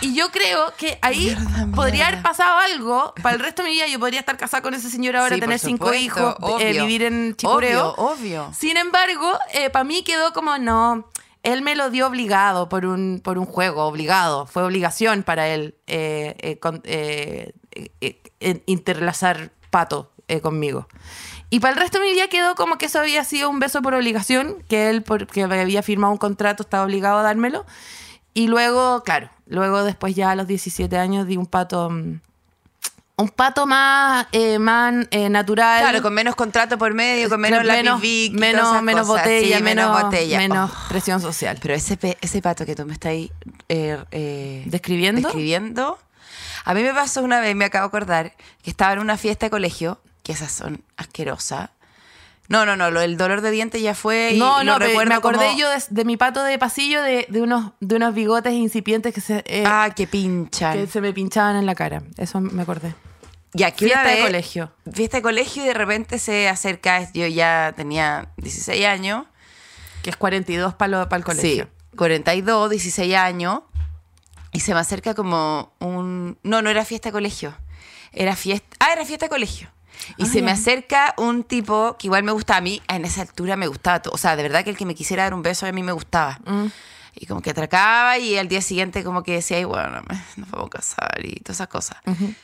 Speaker 4: Y yo creo que ahí
Speaker 2: Mierda,
Speaker 4: podría
Speaker 2: mierda.
Speaker 4: haber pasado algo para el resto de mi vida. Yo podría estar casada con ese señor ahora, tener cinco hijos, eh, vivir en Chicureo.
Speaker 2: Obvio, obvio.
Speaker 4: Sin embargo, para mí quedó como no. Él me lo dio obligado por un, por un juego, obligado. Fue obligación para él eh, eh, con- eh, eh, eh, eh, interlazar pato eh, conmigo. Y para el resto de mi vida quedó como que eso había sido un beso por obligación, que él, porque había firmado un contrato, estaba obligado a dármelo. Y luego, claro, luego después ya a los 17 años di un pato. mm, Un pato más, eh, más eh, natural.
Speaker 2: Claro, con menos contrato por medio, con menos lápiz
Speaker 4: menos,
Speaker 2: Vic y todas
Speaker 4: menos,
Speaker 2: esas
Speaker 4: menos
Speaker 2: cosas.
Speaker 4: botella,
Speaker 2: Sí,
Speaker 4: menos,
Speaker 2: botella.
Speaker 4: menos
Speaker 2: Oh.
Speaker 4: presión social.
Speaker 2: Pero ese, pe- ese pato que tú me estás ahí, eh, eh,
Speaker 4: ¿Describiendo?
Speaker 2: describiendo, a mí me pasó una vez, me acabo de acordar, que estaba en una fiesta de colegio, que esas son asquerosas. No, no, no, lo del dolor de dientes ya fue. y
Speaker 4: no, no, pero
Speaker 2: recuerdo
Speaker 4: me acordé
Speaker 2: cómo-
Speaker 4: yo de, de mi pato de pasillo de, de unos, de unos bigotes incipientes que se, eh,
Speaker 2: Ah, que
Speaker 4: que
Speaker 2: pinchan.
Speaker 4: se me pinchaban en la cara. Eso me acordé.
Speaker 2: Y aquí una
Speaker 4: Fiesta de
Speaker 2: vez-
Speaker 4: colegio.
Speaker 2: Fiesta de colegio y de repente se acerca, yo ya tenía 16 años.
Speaker 4: Que es 42 para el colegio.
Speaker 2: Sí, 42, 16 años. Y se me acerca como un... No, no era fiesta de colegio. Era fiesta... Ah, era fiesta de colegio. Y
Speaker 4: Ah,
Speaker 2: se me
Speaker 4: ya.
Speaker 2: acerca un tipo que igual me gusta a mí. En esa altura me gustaba. to- O sea, de verdad que el que me quisiera dar un beso a mí me gustaba.
Speaker 4: Mm.
Speaker 2: Y como que atracaba y al día siguiente como que decía, "Ay, bueno, me- nos vamos a casar y todas esas cosas.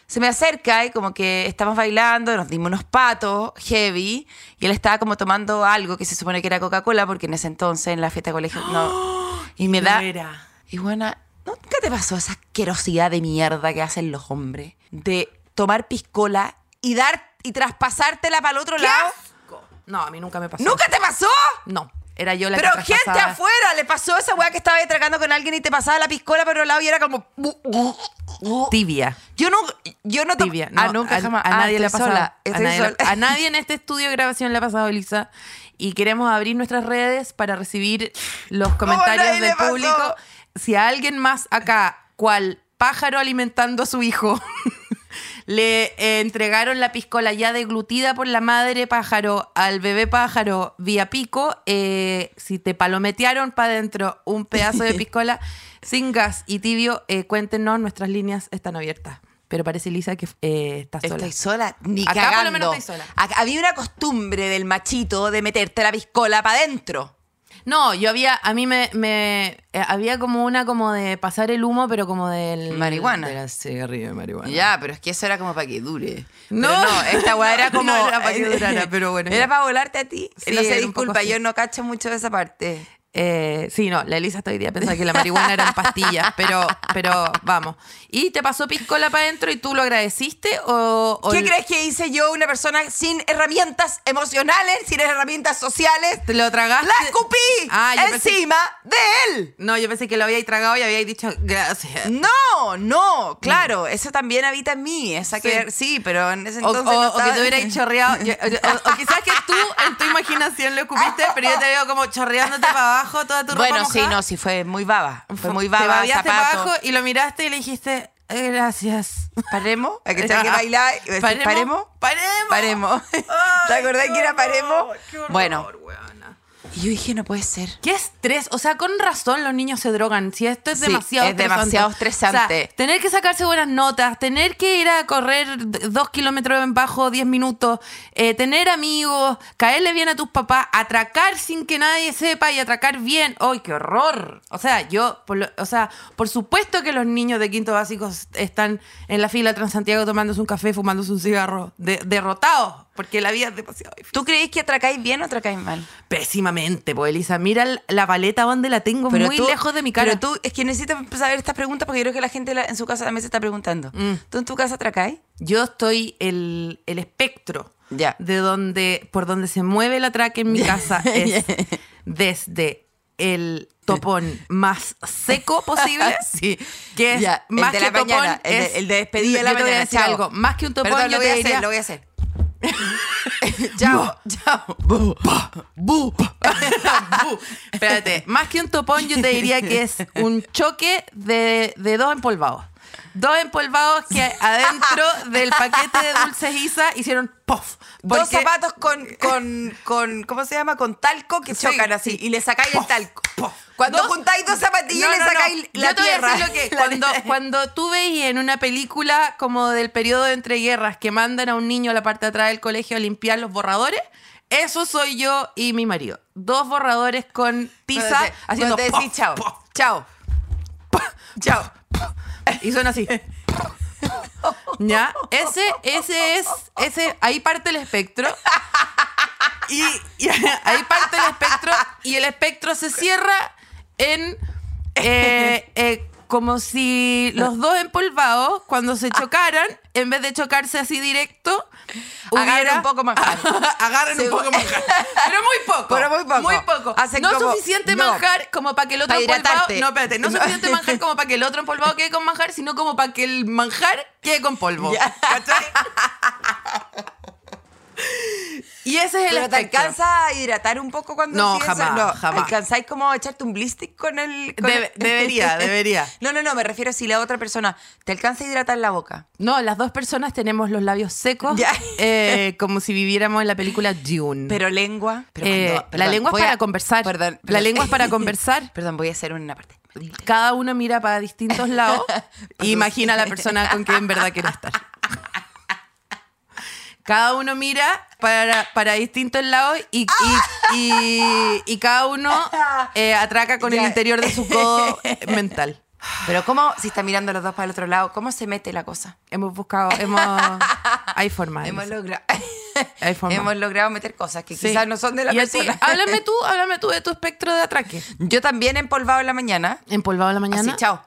Speaker 2: Se me acerca y como que estamos bailando, nos dimos unos patos heavy y él estaba como tomando algo que se supone que era Coca-Cola porque en ese entonces en la fiesta de colegio no. Y me da...
Speaker 4: Era.
Speaker 2: Y bueno, ¿nunca te pasó esa asquerosidad de mierda que hacen los hombres? De tomar piscola y dar y traspasártela para el otro lado.
Speaker 4: No, a mí nunca me pasó.
Speaker 2: ¿Nunca te pasó?
Speaker 4: No, era yo la
Speaker 2: Pero
Speaker 4: que
Speaker 2: gente
Speaker 4: traspasaba.
Speaker 2: afuera le pasó esa weá que estaba ahí tragando con alguien y te pasaba la piscola para otro lado y era como.
Speaker 4: Tibia.
Speaker 2: Yo no. Yo no to-
Speaker 4: tibia.
Speaker 2: Ah,
Speaker 4: No,
Speaker 2: nunca
Speaker 4: a,
Speaker 2: jamás.
Speaker 4: a
Speaker 2: Ah,
Speaker 4: nadie le ha
Speaker 2: estoy
Speaker 4: pasado.
Speaker 2: sola,
Speaker 4: a,
Speaker 2: estoy
Speaker 4: nadie, le-
Speaker 2: sola.
Speaker 4: a nadie en este estudio de grabación le ha pasado, Elisa. Y queremos abrir nuestras redes para recibir los comentarios
Speaker 2: nadie le
Speaker 4: del
Speaker 2: pasó?
Speaker 4: público. Si a alguien más acá, cual pájaro alimentando a su hijo, le eh, entregaron la piscola ya deglutida por la madre pájaro al bebé pájaro vía pico, eh, si te palometearon para adentro un pedazo de piscola sin gas y tibio, eh, cuéntenos, nuestras líneas están abiertas. Pero parece, Lisa, que eh, estás sola.
Speaker 2: Estoy sola, ni
Speaker 4: Acá por lo
Speaker 2: cagando.
Speaker 4: menos estoy sola.
Speaker 2: Acá- había una costumbre del machito de meterte la piscola para adentro.
Speaker 4: No, yo había, a mí me, me- eh, había como una como de pasar el humo, pero como del...
Speaker 2: Marihuana.
Speaker 4: Mm, De la cigarrillo de marihuana.
Speaker 2: Ya, pero es que eso era como para que dure.
Speaker 4: No.
Speaker 2: No, no esta weá era
Speaker 4: No,
Speaker 2: como.
Speaker 4: no era pa' que durara, pero bueno,
Speaker 2: Era
Speaker 4: ya.
Speaker 2: para volarte a ti.
Speaker 4: Sí,
Speaker 2: no
Speaker 4: era
Speaker 2: sé,
Speaker 4: un poco
Speaker 2: disculpa,
Speaker 4: así.
Speaker 2: yo no cacho mucho de esa parte.
Speaker 4: Eh, sí, no, la Elisa hasta hoy día pensaba que la marihuana eran pastillas, pero, pero vamos. ¿Y te pasó piscola para adentro y tú lo agradeciste? O, o
Speaker 2: ¿Qué
Speaker 4: l-
Speaker 2: crees que hice yo, una persona sin herramientas emocionales, sin herramientas sociales?
Speaker 4: ¿Te lo tragaste?
Speaker 2: ¡La escupí
Speaker 4: Ah, yo pensé-
Speaker 2: encima de él!
Speaker 4: No, yo pensé que lo habíais tragado y habíais dicho
Speaker 2: Mm,
Speaker 4: gracias.
Speaker 2: No,
Speaker 4: Mm.
Speaker 2: no, claro, esa también habita en mí, esa que sí, pero en ese
Speaker 4: O,
Speaker 2: entonces
Speaker 4: o-
Speaker 2: no
Speaker 4: o que
Speaker 2: estaba-
Speaker 4: te hubierais chorreado. Yo- O, o- o quizás que tú en tu imaginación lo escupiste, pero yo te veo como chorreándote para abajo toda tu ropa
Speaker 2: Bueno, sí,
Speaker 4: mojada.
Speaker 2: no, sí fue muy baba, fue muy
Speaker 4: Te
Speaker 2: baba,
Speaker 4: babeaste para
Speaker 2: zapato.
Speaker 4: abajo y lo miraste y le dijiste eh, gracias.
Speaker 2: Paremos, a que tenga que bailar, y decir, paremos,
Speaker 4: Paremos.
Speaker 2: paremos. ¿Te acordás que era
Speaker 4: Oh,
Speaker 2: paremos? Bueno,
Speaker 4: bueno.
Speaker 2: y yo dije, no puede ser.
Speaker 4: Qué estrés. O sea, con razón los niños se drogan. Si esto es
Speaker 2: Sí,
Speaker 4: demasiado
Speaker 2: es demasiado estresante.
Speaker 4: O sea, tener que sacarse buenas notas, tener que ir a correr d- dos kilómetros en bajo diez minutos, eh, tener amigos, caerle bien a tus papás, atracar sin que nadie sepa y atracar bien. ¡Ay, qué horror! O sea, yo, por lo- o sea, por supuesto que los niños de quinto básico s- están en la fila Transantiago tomándose un café, fumándose un cigarro, de- derrotados, porque la vida es demasiado difícil
Speaker 2: ¿Tú creís que atracáis bien o atracáis mal?
Speaker 4: pésimamente, pues Elisa. Mira l- la paleta donde la tengo Pues muy
Speaker 2: tú-
Speaker 4: lejos de mi cara.
Speaker 2: Pero tú, es que necesito saber estas preguntas porque yo creo que la gente la- en su casa también se está preguntando.
Speaker 4: Mm.
Speaker 2: ¿Tú en tu casa atracáis?
Speaker 4: Yo estoy el, el espectro
Speaker 2: Ya.
Speaker 4: de donde, por donde se mueve el atraque en mi casa es desde el topón más seco posible.
Speaker 2: Sí.
Speaker 4: Que es
Speaker 2: Ya, el
Speaker 4: más
Speaker 2: de
Speaker 4: que
Speaker 2: la
Speaker 4: topón.
Speaker 2: mañana, el de-
Speaker 4: es-
Speaker 2: el de despedida de la
Speaker 4: yo te voy a
Speaker 2: mañana,
Speaker 4: decir
Speaker 2: chao.
Speaker 4: algo. Más que un topón,
Speaker 2: Perdón,
Speaker 4: yo
Speaker 2: lo voy
Speaker 4: te
Speaker 2: a hacer,
Speaker 4: diría-
Speaker 2: lo voy a hacer. chao, chao.
Speaker 4: Bu. Bu. Espérate, más que un topón, yo te diría que es un choque de, de dos empolvados. Dos empolvados que adentro del paquete de dulces Isa hicieron ¡pof!
Speaker 2: Dos
Speaker 4: Porque-
Speaker 2: zapatos con, con, con, ¿cómo se llama? Con talco que
Speaker 4: Sí,
Speaker 2: chocan así
Speaker 4: sí.
Speaker 2: y le sacáis el talco. Cuando
Speaker 4: Dos-
Speaker 2: juntáis dos zapatillas
Speaker 4: No,
Speaker 2: le
Speaker 4: no, no.
Speaker 2: sacáis la
Speaker 4: Yo te voy a
Speaker 2: tierra.
Speaker 4: decir lo que-
Speaker 2: La
Speaker 4: cuando,
Speaker 2: tierra.
Speaker 4: cuando tú veis en una película como del periodo de entreguerras que mandan a un niño a la parte de atrás del colegio a limpiar los borradores, eso soy yo y mi marido. Dos borradores con tiza
Speaker 2: Cuando te- cuando
Speaker 4: haciendo
Speaker 2: te
Speaker 4: ¡pof!
Speaker 2: decís chao, chao, chao.
Speaker 4: y son así. ¿Ya? Ese, ese es, ese, ahí parte el espectro. Y, y ahí parte el espectro y el espectro se cierra en eh, eh, como si los dos empolvados, cuando se chocaran, en vez de chocarse así directo,
Speaker 2: Agarran
Speaker 4: hubiera-
Speaker 2: un poco manjar.
Speaker 4: agarren
Speaker 2: Sí.
Speaker 4: un poco manjar. Pero muy poco.
Speaker 2: Pero muy poco. Hacen
Speaker 4: no
Speaker 2: como-
Speaker 4: suficiente
Speaker 2: no.
Speaker 4: manjar como para que el otro
Speaker 2: Pa'
Speaker 4: empolvado.
Speaker 2: hidratarte.
Speaker 4: No, espérate. No
Speaker 2: No.
Speaker 4: suficiente manjar como para que el otro empolvado quede con manjar, sino como para que el manjar quede con polvo.
Speaker 2: Ya.
Speaker 4: ¿Cachai? Y ese es el
Speaker 2: Pero te
Speaker 4: espectro.
Speaker 2: alcanza a hidratar un poco cuando
Speaker 4: No,
Speaker 2: sigues-
Speaker 4: jamás, jamás.
Speaker 2: ¿Alcanzáis como a echarte un blistick con el. con
Speaker 4: Debe-
Speaker 2: el-
Speaker 4: debería, debería.
Speaker 2: No, no, no, me refiero si la otra persona te alcanza a hidratar la boca.
Speaker 4: No, las dos personas tenemos los labios secos,
Speaker 2: Ya.
Speaker 4: eh, como si viviéramos en la película Dune.
Speaker 2: Pero lengua. Mm. pero
Speaker 4: Eh,
Speaker 2: cuando-
Speaker 4: la
Speaker 2: perdón,
Speaker 4: lengua
Speaker 2: voy
Speaker 4: es para
Speaker 2: a-
Speaker 4: conversar.
Speaker 2: Perdón,
Speaker 4: La
Speaker 2: perdón.
Speaker 4: lengua es para conversar.
Speaker 2: Perdón, voy a hacer una parte.
Speaker 4: Cada uno mira para distintos lados e imagina a la persona con quien en verdad quiere estar. Cada uno mira para, para distintos lados y, y, y- y cada uno eh, atraca con el
Speaker 2: Ya.
Speaker 4: interior de su codo mental.
Speaker 2: Pero, ¿cómo, si está mirando los dos para el otro lado, cómo se mete la cosa?
Speaker 4: Hemos buscado, hemos... Hay formas.
Speaker 2: Hemos
Speaker 4: Elisa.
Speaker 2: logrado.
Speaker 4: Hay formas.
Speaker 2: Hemos logrado meter cosas que
Speaker 4: Sí.
Speaker 2: quizás no son de la
Speaker 4: Y a ti,
Speaker 2: persona.
Speaker 4: háblame tú, háblame tú de tu espectro de atraque.
Speaker 2: Yo también empolvado en la mañana.
Speaker 4: Empolvado en la mañana.
Speaker 2: Así, chao.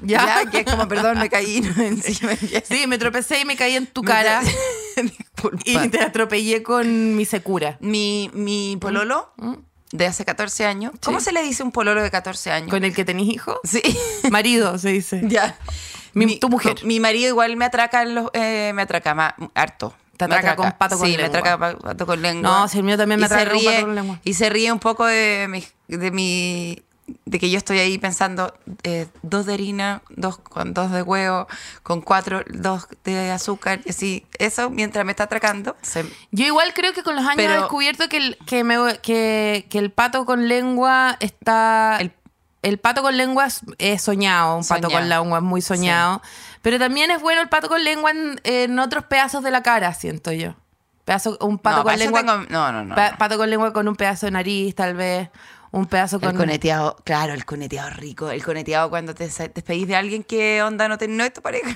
Speaker 4: Ya.
Speaker 2: que es como, perdón, me caí. no, encima, ya.
Speaker 4: Sí, me tropecé y me caí en tu cara.
Speaker 2: Disculpa.
Speaker 4: Y te atropellé con mi secura.
Speaker 2: Mi, mi
Speaker 4: Mm.
Speaker 2: pololo de hace 14 años. ¿Cómo se le dice un pololo de 14 años?
Speaker 4: ¿Con el que tenés hijo?
Speaker 2: Sí.
Speaker 4: Marido, se dice.
Speaker 2: ya.
Speaker 4: Mi- tu mujer.
Speaker 2: Mi marido igual me atraca, en los, eh, me atraca más, harto.
Speaker 4: Te
Speaker 2: Me
Speaker 4: atraca con pato con
Speaker 2: sí,
Speaker 4: lengua.
Speaker 2: me atraca pa- pato con lengua.
Speaker 4: No, si el mío también me
Speaker 2: Y se
Speaker 4: atraca con
Speaker 2: ríe-
Speaker 4: pato con lengua.
Speaker 2: Y se ríe un poco de mi, de mi- de que yo estoy ahí pensando eh, dos de harina, dos con dos de huevo, con cuatro, dos de azúcar y así. Eso mientras me está atracando. se-
Speaker 4: Yo igual creo que con los años
Speaker 2: Pero-
Speaker 4: he descubierto que el, que, me- que- que el pato con lengua está... El,
Speaker 2: El-
Speaker 4: pato con lengua es, es soñado, un pato
Speaker 2: Soñado.
Speaker 4: con lengua es muy soñado. Pero también es bueno el pato con lengua en, en otros pedazos de la cara, siento yo. Pedazo, un pato
Speaker 2: No, para
Speaker 4: con
Speaker 2: eso
Speaker 4: lengua...
Speaker 2: tengo- no, no, no.
Speaker 4: pa- pato con lengua con un pedazo de nariz, tal vez. Un pedazo con...
Speaker 2: El coneteado, claro, el coneteado rico. El coneteado cuando te sa- te despedís de alguien que onda no, te, no es tu pareja.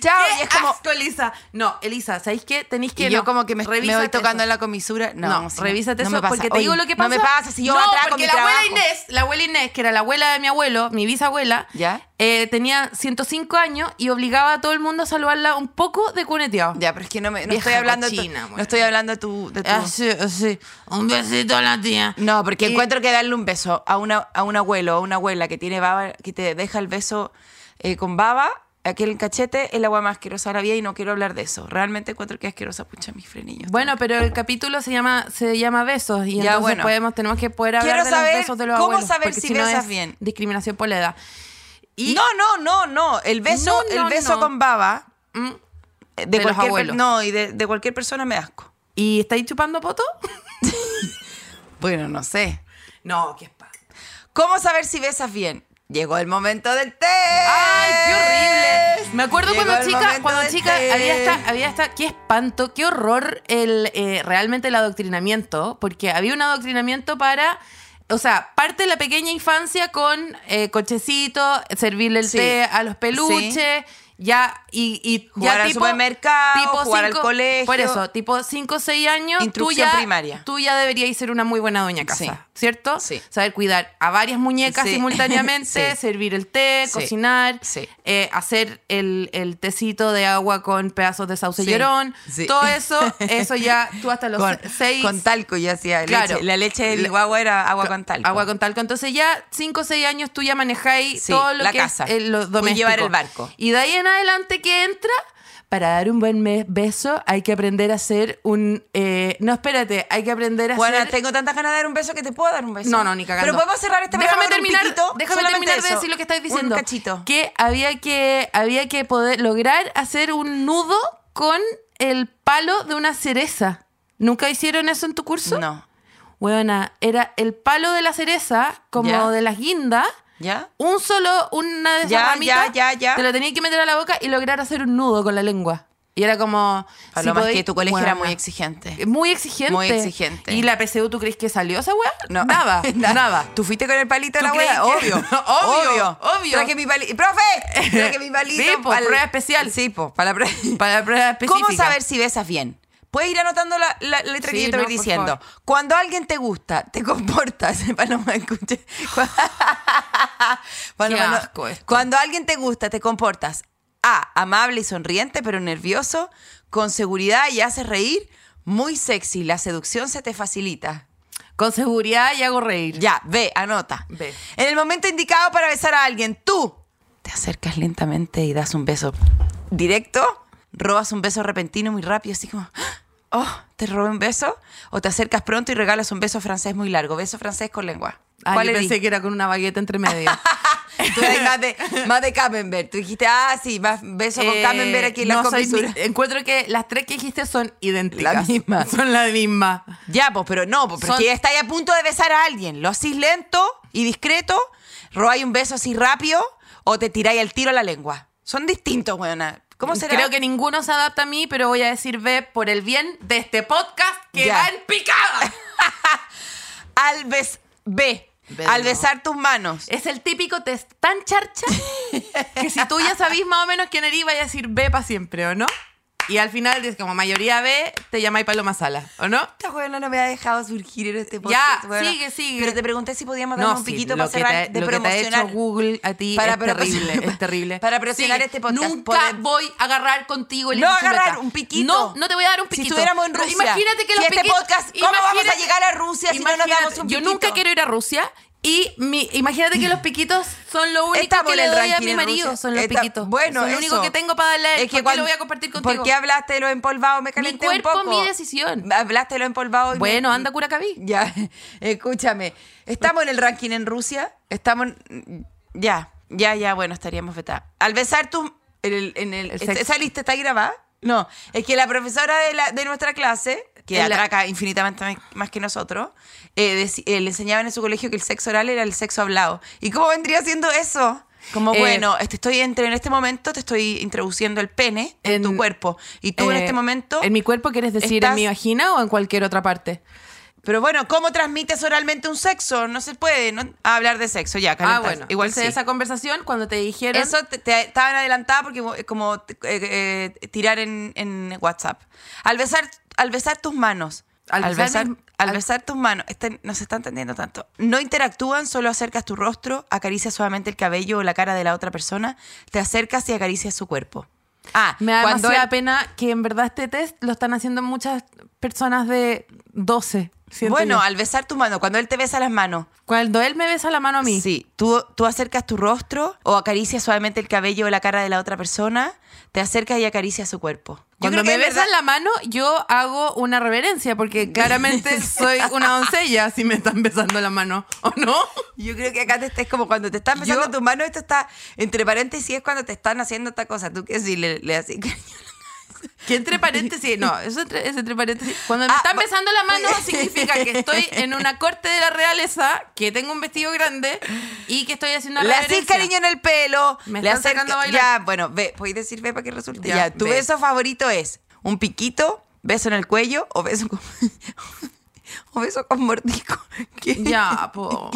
Speaker 2: Chao,
Speaker 4: ¿Qué
Speaker 2: y es como-
Speaker 4: asco, Elisa. No, Elisa, ¿sabéis qué? Tenéis que.
Speaker 2: Y yo
Speaker 4: no,
Speaker 2: como que me, me voy
Speaker 4: revísate
Speaker 2: tocando
Speaker 4: eso.
Speaker 2: en la comisura. No,
Speaker 4: No,
Speaker 2: sí,
Speaker 4: revísate
Speaker 2: no
Speaker 4: eso
Speaker 2: me pasa.
Speaker 4: porque te
Speaker 2: Oye,
Speaker 4: digo lo que pasa.
Speaker 2: No me pasa si yo
Speaker 4: no,
Speaker 2: atrás con
Speaker 4: porque
Speaker 2: mi
Speaker 4: la
Speaker 2: trabajo.
Speaker 4: abuela Inés, la abuela Inés, que era la abuela de mi abuelo, mi bisabuela,
Speaker 2: ¿Ya?
Speaker 4: eh, tenía 105 años y obligaba a todo el mundo a saludarla un poco de cuneteado.
Speaker 2: Ya, pero es que no, me, no
Speaker 4: Vieja
Speaker 2: estoy hablando
Speaker 4: cochina,
Speaker 2: de tu-
Speaker 4: bueno.
Speaker 2: no estoy hablando de tu, de tu-
Speaker 4: Así, así. Un besito a la tía.
Speaker 2: No, porque
Speaker 4: Y-
Speaker 2: encuentro que darle un beso a una a un abuelo o una abuela que tiene baba, que te deja el beso eh, con baba, aquel cachete es la agua más asquerosa de la vida y no quiero hablar de eso. Realmente encuentro que es asquerosa, pucha, mis frenillos.
Speaker 4: Bueno, pero el capítulo se llama se llama besos y
Speaker 2: Ya,
Speaker 4: entonces
Speaker 2: bueno.
Speaker 4: podemos tenemos que poder hablar
Speaker 2: Quiero
Speaker 4: de
Speaker 2: saber
Speaker 4: los besos de los
Speaker 2: cómo
Speaker 4: abuelos,
Speaker 2: saber
Speaker 4: porque
Speaker 2: si
Speaker 4: no
Speaker 2: besas
Speaker 4: es
Speaker 2: bien.
Speaker 4: discriminación por la edad. Y
Speaker 2: no, no, no, no, el beso,
Speaker 4: No, no,
Speaker 2: el beso
Speaker 4: no.
Speaker 2: con baba
Speaker 4: Mm.
Speaker 2: eh, de,
Speaker 4: De los
Speaker 2: cualquier per-
Speaker 4: abuelos.
Speaker 2: no, y de, de cualquier persona me da asco.
Speaker 4: ¿Y estáis chupando poto?
Speaker 2: Bueno, no sé.
Speaker 4: No, qué espanto.
Speaker 2: ¿Cómo saber si besas bien? Llegó el momento del test.
Speaker 4: ¡Ay, qué horrible! Me acuerdo
Speaker 2: Llegó
Speaker 4: cuando
Speaker 2: el
Speaker 4: chica,
Speaker 2: momento este.
Speaker 4: cuando
Speaker 2: del
Speaker 4: chica
Speaker 2: test.
Speaker 4: había esta, había esta, qué espanto, qué horror el eh, realmente el adoctrinamiento, porque había un adoctrinamiento para, o sea, parte de la pequeña infancia con eh, cochecito, servirle el
Speaker 2: Sí.
Speaker 4: té a los peluches. Ya, y, y
Speaker 2: Jugar
Speaker 4: ya
Speaker 2: al supermercado, jugar al colegio.
Speaker 4: Por eso, tipo 5 o 6 años, tú
Speaker 2: Instrucción
Speaker 4: ya,
Speaker 2: primaria.
Speaker 4: tú ya deberías ser una muy buena doña casa,
Speaker 2: Sí.
Speaker 4: ¿cierto?
Speaker 2: Sí.
Speaker 4: Saber cuidar a varias muñecas
Speaker 2: Sí.
Speaker 4: simultáneamente,
Speaker 2: Sí.
Speaker 4: servir el té,
Speaker 2: Sí.
Speaker 4: cocinar,
Speaker 2: Sí.
Speaker 4: eh, hacer el, el tecito de agua con pedazos de sauce
Speaker 2: Sí,
Speaker 4: llorón,
Speaker 2: sí.
Speaker 4: todo eso, eso ya tú hasta los
Speaker 2: con,
Speaker 4: se- seis...
Speaker 2: con talco yo hacía
Speaker 4: Claro.
Speaker 2: leche. La leche de mi guagua era agua con talco.
Speaker 4: Agua con talco. Entonces ya 5 o 6 años tú ya manejáis
Speaker 2: Sí,
Speaker 4: todo lo
Speaker 2: la
Speaker 4: que
Speaker 2: casa.
Speaker 4: es eh, lo
Speaker 2: Y
Speaker 4: doméstico.
Speaker 2: llevar el barco.
Speaker 4: Y de ahí en adelante que entra, para dar un buen me- beso hay que aprender a hacer un... eh, no, espérate, hay que aprender a
Speaker 2: Bueno,
Speaker 4: hacer...
Speaker 2: tengo tantas ganas de dar un beso que te puedo dar un beso.
Speaker 4: No, no, ni cagando.
Speaker 2: Pero podemos cerrar este
Speaker 4: déjame
Speaker 2: programa con un
Speaker 4: terminar,
Speaker 2: piquito?
Speaker 4: Déjame
Speaker 2: Solamente
Speaker 4: terminar de
Speaker 2: eso.
Speaker 4: decir lo que estáis diciendo.
Speaker 2: Un cachito.
Speaker 4: Que había que, había que poder lograr hacer un nudo con el palo de una cereza. ¿Nunca hicieron eso en tu curso?
Speaker 2: No.
Speaker 4: Buena, era el palo de la cereza, como
Speaker 2: Ya.
Speaker 4: de las guindas.
Speaker 2: ¿Ya?
Speaker 4: Un solo, una de esas
Speaker 2: Ya,
Speaker 4: ramitas,
Speaker 2: ya, ya, ya.
Speaker 4: Te lo tenías que meter a la boca y lograr hacer un nudo con la lengua. Y era como. si
Speaker 2: Paloma, es
Speaker 4: podéis-
Speaker 2: que tu colegio era
Speaker 4: Weona.
Speaker 2: muy exigente.
Speaker 4: Muy exigente.
Speaker 2: Muy exigente.
Speaker 4: ¿Y la PCU tú crees que salió esa weá?
Speaker 2: No.
Speaker 4: Nada, nada.
Speaker 2: ¿Tú fuiste con el palito de
Speaker 4: ¿Tú
Speaker 2: la
Speaker 4: crees
Speaker 2: wea?
Speaker 4: que-
Speaker 2: Obvio.
Speaker 4: Obvio, obvio.
Speaker 2: Traje mi palito. ¡Profe! Traje mi palito.
Speaker 4: Sí, po,
Speaker 2: pal-
Speaker 4: prueba especial.
Speaker 2: Sí, pues, po, para la prueba.
Speaker 4: Para la prueba específica.
Speaker 2: ¿Cómo saber si besas bien? Puedes ir anotando la, la- la letra
Speaker 4: Sí,
Speaker 2: que yo te
Speaker 4: no,
Speaker 2: voy
Speaker 4: por
Speaker 2: diciendo. Cuando alguien te gusta, te comportas. Paloma, escuche. Paloma,
Speaker 4: Qué
Speaker 2: no.
Speaker 4: asco esto.
Speaker 2: Cuando alguien te gusta, te comportas. A. Amable y sonriente, pero nervioso. Con seguridad y haces reír. Muy sexy. La seducción se te facilita.
Speaker 4: Con seguridad y hago reír.
Speaker 2: Ya, B. Anota.
Speaker 4: B.
Speaker 2: En el momento indicado para besar a alguien, tú te acercas lentamente y das un beso directo, robas un beso repentino muy rápido, así como, oh, te robé un beso, o te acercas pronto y regalas un beso francés muy largo, beso francés con lengua.
Speaker 4: Ah,
Speaker 2: ¿Cuál
Speaker 4: yo
Speaker 2: elegí?
Speaker 4: pensé que era con una bagueta entre medio.
Speaker 2: Tú eres más de, más de Camembert. Tú dijiste, ah, sí, más beso con
Speaker 4: Eh,
Speaker 2: Camembert aquí en la
Speaker 4: no soy
Speaker 2: comisura.
Speaker 4: ni- Encuentro que las tres que dijiste son idénticas.
Speaker 2: La misma.
Speaker 4: Son la misma.
Speaker 2: Ya, pues, pero no, pues,
Speaker 4: Son-
Speaker 2: porque estáis a punto de besar a alguien. Lo hacís lento y discreto, robáis un beso así rápido o te tiráis el tiro a la lengua. Son distintos, weona. ¿Cómo será?
Speaker 4: Creo que ninguno se adapta a mí, pero voy a decir B por el bien de este podcast que
Speaker 2: Ya.
Speaker 4: va en picada.
Speaker 2: Al bes... B.
Speaker 4: Ve,
Speaker 2: Al
Speaker 4: no. Eh,
Speaker 2: besar tus manos.
Speaker 4: Es el típico test tan charcha que si tú ya sabís más o menos quién eres, vaya a decir B para siempre, ¿o no? Y al final, dices como mayoría B, te llamáis Paloma Sala, ¿o no?
Speaker 2: Esta weona no me ha dejado surgir en este
Speaker 4: Ya,
Speaker 2: podcast. weona.
Speaker 4: sigue, sigue.
Speaker 2: Pero te pregunté si podíamos darnos un
Speaker 4: sí,
Speaker 2: piquito
Speaker 4: lo
Speaker 2: para
Speaker 4: que
Speaker 2: cerrar
Speaker 4: te-
Speaker 2: de
Speaker 4: lo que te ha
Speaker 2: promocionar.
Speaker 4: hecho Google a ti
Speaker 2: Para
Speaker 4: es
Speaker 2: promocionar-
Speaker 4: terrible, es terrible.
Speaker 2: para promocionar
Speaker 4: Sigue.
Speaker 2: este podcast,
Speaker 4: Nunca
Speaker 2: poder-
Speaker 4: voy a agarrar contigo el
Speaker 2: No
Speaker 4: instrumento.
Speaker 2: agarrar, un piquito.
Speaker 4: No, no te voy a dar un
Speaker 2: Si
Speaker 4: piquito.
Speaker 2: estuviéramos en
Speaker 4: Pero
Speaker 2: Rusia.
Speaker 4: Imagínate que
Speaker 2: Si
Speaker 4: los
Speaker 2: este
Speaker 4: piquitos-
Speaker 2: podcast, ¿cómo vamos a
Speaker 4: imagínate-
Speaker 2: llegar a Rusia si no nos
Speaker 4: imagínate-
Speaker 2: damos un
Speaker 4: Yo
Speaker 2: piquito?
Speaker 4: nunca quiero ir a Rusia y mi, imagínate que los piquitos son lo único
Speaker 2: Estamos
Speaker 4: que
Speaker 2: en
Speaker 4: le
Speaker 2: el
Speaker 4: doy a
Speaker 2: ranking
Speaker 4: mi
Speaker 2: en
Speaker 4: marido,
Speaker 2: Rusia.
Speaker 4: son los
Speaker 2: Está-
Speaker 4: piquitos.
Speaker 2: Bueno,
Speaker 4: es lo único
Speaker 2: eso.
Speaker 4: que tengo para darle. a
Speaker 2: Es
Speaker 4: él.
Speaker 2: que
Speaker 4: ¿Por qué
Speaker 2: cuando-
Speaker 4: lo voy a compartir contigo?
Speaker 2: ¿Por qué hablaste de lo empolvado? Me calenté un
Speaker 4: cuerpo,
Speaker 2: poco.
Speaker 4: mi decisión.
Speaker 2: Hablaste de lo empolvado. y me-
Speaker 4: Bueno, anda Curacaví.
Speaker 2: Ya, escúchame. Estamos en el ranking en Rusia. Estamos. en- mm, Ya, ya, ya, bueno, estaríamos vetados. Al besar tu. En el, en el-
Speaker 4: El sexo.
Speaker 2: ¿Esa lista está grabada? No. Es que la profesora de, la- de nuestra clase, que
Speaker 4: En la-
Speaker 2: atraca infinitamente ma- más que nosotros, eh, deci- eh, le enseñaban en su colegio que el sexo oral era el sexo hablado. ¿Y cómo vendría siendo eso? Como,
Speaker 4: Eh,
Speaker 2: bueno, este estoy entre, en este momento te estoy introduciendo el pene en,
Speaker 4: en-
Speaker 2: tu cuerpo. Y tú en
Speaker 4: Eh,
Speaker 2: este momento.
Speaker 4: En mi cuerpo quieres decir
Speaker 2: estás-
Speaker 4: en mi vagina o en cualquier otra parte.
Speaker 2: Pero bueno, ¿cómo transmites oralmente un sexo? No se puede no, hablar de sexo ya,
Speaker 4: Ah,
Speaker 2: calentar.
Speaker 4: bueno.
Speaker 2: Igual
Speaker 4: Igual
Speaker 2: sí.
Speaker 4: esa conversación cuando te dijeron.
Speaker 2: Eso te, te- estaban adelantada porque es como eh, eh, tirar en, en WhatsApp. Al besar, al besar tus manos. Al,
Speaker 4: Al
Speaker 2: besar,
Speaker 4: besar
Speaker 2: al,
Speaker 4: mis- al-
Speaker 2: besar tus manos. Este, no se está entendiendo tanto. No interactúan, solo acercas tu rostro, acaricias suavemente el cabello o la cara de la otra persona, te acercas y acaricias su cuerpo. Ah,
Speaker 4: me da
Speaker 2: cuando
Speaker 4: demasiada
Speaker 2: él-
Speaker 4: pena que en verdad este test lo están haciendo muchas personas de 12. siento
Speaker 2: Bueno,
Speaker 4: yo.
Speaker 2: al besar tu mano, cuando él te besa las manos,
Speaker 4: cuando él me besa la mano a mí.
Speaker 2: Sí, tú, tú acercas tu rostro o acaricias suavemente el cabello o la cara de la otra persona, te acercas y acaricias su cuerpo. Yo
Speaker 4: Cuando
Speaker 2: creo que
Speaker 4: me
Speaker 2: es
Speaker 4: besan
Speaker 2: verdad-
Speaker 4: la mano, yo hago una reverencia, porque claramente soy una doncella si me están besando la mano, ¿o no?
Speaker 2: Yo creo que acá te estés como cuando te están besando
Speaker 4: Yo-
Speaker 2: tus manos, esto está entre paréntesis, es cuando te están haciendo esta cosa. Tú que si le, le así.
Speaker 4: Que entre paréntesis, no, eso entre, es entre paréntesis. Cuando me
Speaker 2: Ah,
Speaker 4: están
Speaker 2: bu-
Speaker 4: besando la mano significa que estoy en una corte de la realeza, que tengo un vestido grande y que estoy haciendo una
Speaker 2: Le haces
Speaker 4: reverencia.
Speaker 2: cariño en el pelo.
Speaker 4: Me
Speaker 2: le
Speaker 4: están
Speaker 2: acercas-
Speaker 4: sacando a bailar.
Speaker 2: Ya, bueno, ve, podéis decir ve para que resulte. Ya,
Speaker 4: Ya,
Speaker 2: tu
Speaker 4: ve.
Speaker 2: beso favorito es un piquito, beso en el cuello o beso con, o beso con mordico. ¿Qué?
Speaker 4: Ya, po.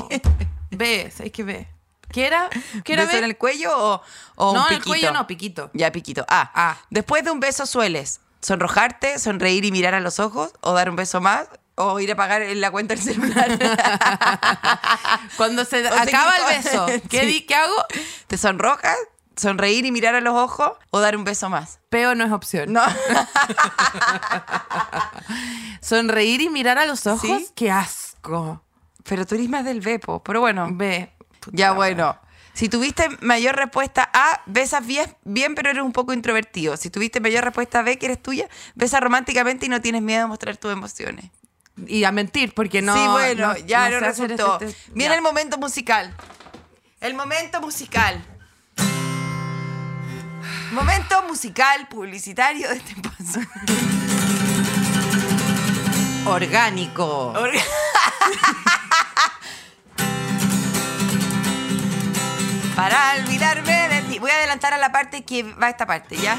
Speaker 4: Ve, es que ve. ¿Qué era? ¿Qué era
Speaker 2: ¿Beso
Speaker 4: ver?
Speaker 2: en el cuello o, o un
Speaker 4: no, en el
Speaker 2: piquito?
Speaker 4: cuello no, piquito.
Speaker 2: Ya, piquito. Ah,
Speaker 4: Ah.
Speaker 2: Después de un beso sueles sonrojarte, sonreír y mirar a los ojos, o dar un beso más, o ir a pagar en la cuenta del celular.
Speaker 4: Cuando se
Speaker 2: sea,
Speaker 4: acaba
Speaker 2: que-
Speaker 4: el beso, ¿qué,
Speaker 2: Sí.
Speaker 4: di- ¿qué hago?
Speaker 2: Te sonrojas, sonreír y mirar a los ojos, o dar un beso más.
Speaker 4: Peo no es opción.
Speaker 2: No,
Speaker 4: Sonreír y mirar a los ojos,
Speaker 2: ¿Sí?
Speaker 4: qué asco.
Speaker 2: pero tú eres más del Bepo, pero bueno.
Speaker 4: Ve.
Speaker 2: Ya, bueno. Si tuviste mayor respuesta A, besas bien, bien, pero eres un poco introvertido. Si tuviste mayor respuesta B, que eres tuya, besas románticamente y no tienes miedo de mostrar tus emociones.
Speaker 4: Y a mentir, porque no.
Speaker 2: sí, bueno, ya no,
Speaker 4: sé hacer
Speaker 2: resultó.
Speaker 4: este test.
Speaker 2: Viene
Speaker 4: Ya.
Speaker 2: el momento musical. El momento musical. Momento musical publicitario de este paso.
Speaker 4: orgánico.
Speaker 2: Para olvidarme de ti. Voy a adelantar a la parte que va esta parte, ¿ya?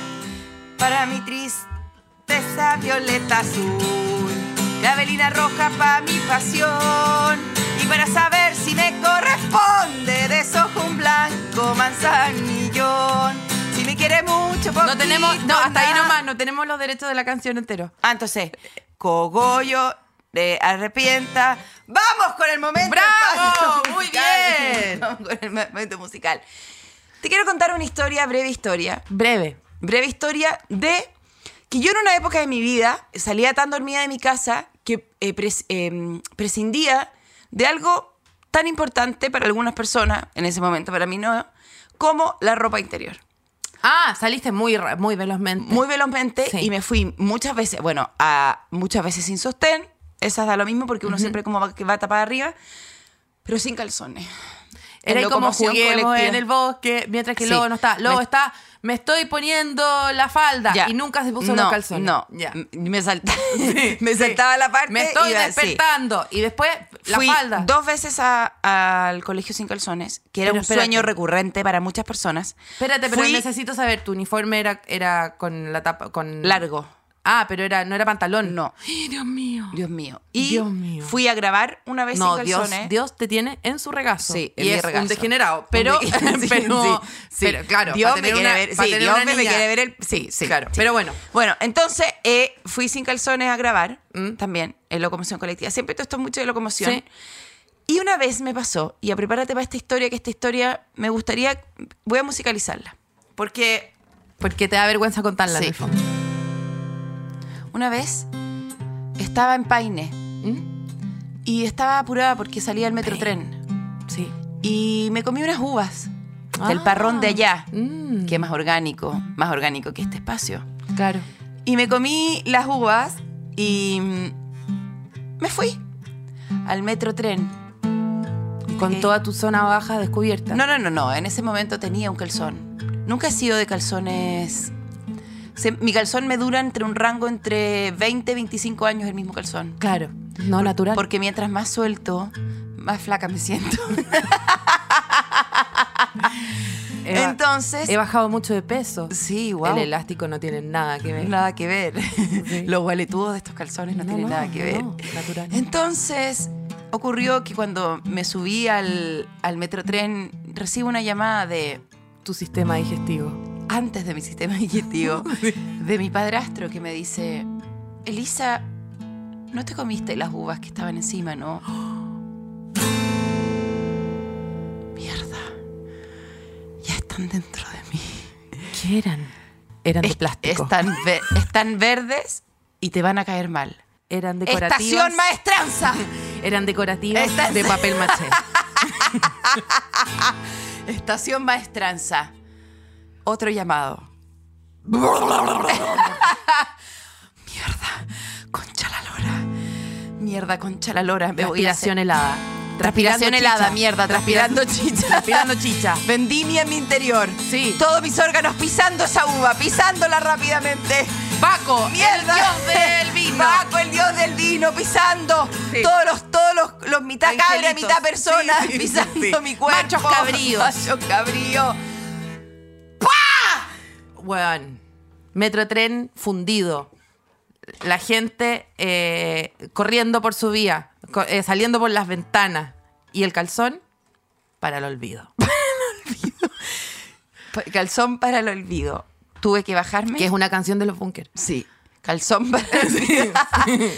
Speaker 2: Para mi tristeza violeta azul. La velina roja para mi pasión. Y para saber si me corresponde desojo un blanco manzanillón. Si me quiere mucho,
Speaker 4: no tenemos, no, hasta ahí
Speaker 2: nada.
Speaker 4: nomás, no tenemos los derechos de la canción entero.
Speaker 2: Ah, entonces, cogollo, de arrepienta. ¡Vamos con el momento! del
Speaker 4: ¡Bravo!
Speaker 2: paso
Speaker 4: ¡Muy
Speaker 2: musical!
Speaker 4: bien!
Speaker 2: Vamos con el momento musical. Te quiero contar una historia, breve historia.
Speaker 4: Breve.
Speaker 2: Breve historia de que yo en una época de mi vida salía tan dormida de mi casa que eh, pres- eh, prescindía de algo tan importante para algunas personas, en ese momento para mí no, como la ropa interior
Speaker 4: Ah, saliste muy, ra- muy velozmente.
Speaker 2: muy velozmente
Speaker 4: Sí.
Speaker 2: y me fui muchas veces, bueno, a muchas veces sin sostén. Esas da lo mismo porque uno siempre como va, que va tapada arriba, pero sin calzones. En
Speaker 4: Era como
Speaker 2: locomoción
Speaker 4: juguemos
Speaker 2: colectiva.
Speaker 4: en el bosque, mientras que
Speaker 2: Sí.
Speaker 4: Lobo no está. Lobo
Speaker 2: Me-
Speaker 4: está, me estoy poniendo la falda
Speaker 2: Ya.
Speaker 4: y nunca se puso
Speaker 2: no,
Speaker 4: los calzones.
Speaker 2: No,
Speaker 4: Ya.
Speaker 2: M- me, salta-
Speaker 4: Sí,
Speaker 2: me
Speaker 4: sí.
Speaker 2: saltaba la parte.
Speaker 4: Me estoy
Speaker 2: iba- sí.
Speaker 4: despertando. Y después la
Speaker 2: Fui
Speaker 4: falda.
Speaker 2: dos veces a- al colegio sin calzones, que era
Speaker 4: Pero
Speaker 2: un
Speaker 4: espérate.
Speaker 2: sueño recurrente para muchas personas.
Speaker 4: Espérate, pero
Speaker 2: Fui
Speaker 4: necesito saber, tu uniforme era, era con la tapa, con...
Speaker 2: largo.
Speaker 4: Ah, pero era, no era pantalón.
Speaker 2: No.
Speaker 4: ¡Ay, Dios mío.
Speaker 2: Dios mío. Y
Speaker 4: Dios mío.
Speaker 2: fui a grabar una vez
Speaker 4: no,
Speaker 2: sin
Speaker 4: Dios,
Speaker 2: calzones.
Speaker 4: Dios te tiene en su regazo.
Speaker 2: ¿eh? Sí, en
Speaker 4: y
Speaker 2: mi
Speaker 4: es
Speaker 2: regazo.
Speaker 4: un degenerado. Pero,
Speaker 2: Sí, sí,
Speaker 4: pero,
Speaker 2: sí, sí.
Speaker 4: pero, claro,
Speaker 2: Dios
Speaker 4: para
Speaker 2: me
Speaker 4: tener
Speaker 2: quiere
Speaker 4: una-
Speaker 2: ver,
Speaker 4: para
Speaker 2: sí,
Speaker 4: tener
Speaker 2: Dios
Speaker 4: una
Speaker 2: me
Speaker 4: niña.
Speaker 2: quiere ver el, sí, sí,
Speaker 4: Claro,
Speaker 2: sí.
Speaker 4: pero bueno.
Speaker 2: Bueno, entonces eh, fui sin calzones a grabar también en locomoción colectiva. Siempre todo esto es mucho de locomoción.
Speaker 4: Mm. Sí.
Speaker 2: Y una vez me pasó, y a prepárate para esta historia, que esta historia me gustaría, voy a musicalizarla. Porque
Speaker 4: Porque te da vergüenza contarla.
Speaker 2: Sí.
Speaker 4: en el fondo.
Speaker 2: una vez estaba en Paine
Speaker 4: ¿Mm?
Speaker 2: y estaba apurada porque salía el metrotren
Speaker 4: Sí.
Speaker 2: y me comí unas uvas del
Speaker 4: Ah.
Speaker 2: parrón de allá,
Speaker 4: Mm,
Speaker 2: que es más orgánico, más orgánico que este espacio.
Speaker 4: Claro.
Speaker 2: Y me comí las uvas y mm, me fui al metro tren.
Speaker 4: Con
Speaker 2: Ok.
Speaker 4: toda tu zona baja descubierta.
Speaker 2: No, no, no, no. En ese momento tenía un calzón. Nunca he sido de calzones. se- mi calzón me dura entre un rango entre 20 y 25 años el mismo calzón.
Speaker 4: Claro. No natural.
Speaker 2: Porque mientras más suelto, más flaca me siento.
Speaker 4: He ba-
Speaker 2: Entonces,
Speaker 4: He bajado mucho de peso.
Speaker 2: sí, wow.
Speaker 4: El elástico no tiene nada que ver.
Speaker 2: Nada que ver. Los gualetudos de estos calzones no,
Speaker 4: eh. No,
Speaker 2: tienen
Speaker 4: no,
Speaker 2: nada que ver.
Speaker 4: no, natural.
Speaker 2: Entonces, ocurrió que cuando me subí al, al metrotren, recibo una llamada de
Speaker 4: Tu sistema digestivo.
Speaker 2: antes de mi sistema digestivo, de mi padrastro que me dice, Elisa, no te comiste las uvas que estaban encima, ¿no? Mierda, ya están dentro de mí.
Speaker 4: ¿Qué eran? Eran de
Speaker 2: Es-
Speaker 4: plástico.
Speaker 2: Están, ve- están verdes y te van a caer mal.
Speaker 4: Eran decorativas.
Speaker 2: Estación Maestranza.
Speaker 4: Eran decorativas
Speaker 2: Esta-
Speaker 4: de papel maché.
Speaker 2: Estación Maestranza. Otro llamado. Mierda, concha la lora. Mierda, concha la lora. Me voy a hacer-
Speaker 4: Transpiración helada.
Speaker 2: Transpiración
Speaker 4: Transpirando
Speaker 2: helada,
Speaker 4: chicha.
Speaker 2: mierda, transpirando chicha.
Speaker 4: Transpirando chicha.
Speaker 2: Vendimia en mi interior.
Speaker 4: Sí.
Speaker 2: Todos mis órganos pisando esa uva, pisándola rápidamente.
Speaker 4: Paco,
Speaker 2: ¡Mierda!
Speaker 4: el dios del vino.
Speaker 2: Paco, el dios del vino, pisando
Speaker 4: Sí.
Speaker 2: todos los, todos los, los mitad cabra,
Speaker 4: Angelitos.
Speaker 2: mitad persona,
Speaker 4: Sí, sí,
Speaker 2: pisando
Speaker 4: sí.
Speaker 2: mi cuerpo.
Speaker 4: Machos cabríos.
Speaker 2: Machos cabríos.
Speaker 4: Weón. Metrotren fundido. La gente eh, corriendo por su vía, co- eh, saliendo por las ventanas. Y el calzón para el olvido.
Speaker 2: Pa- Calzón para el olvido. Tuve que bajarme.
Speaker 4: Que es una canción de los bunkers.
Speaker 2: Sí. Calzón para el olvido.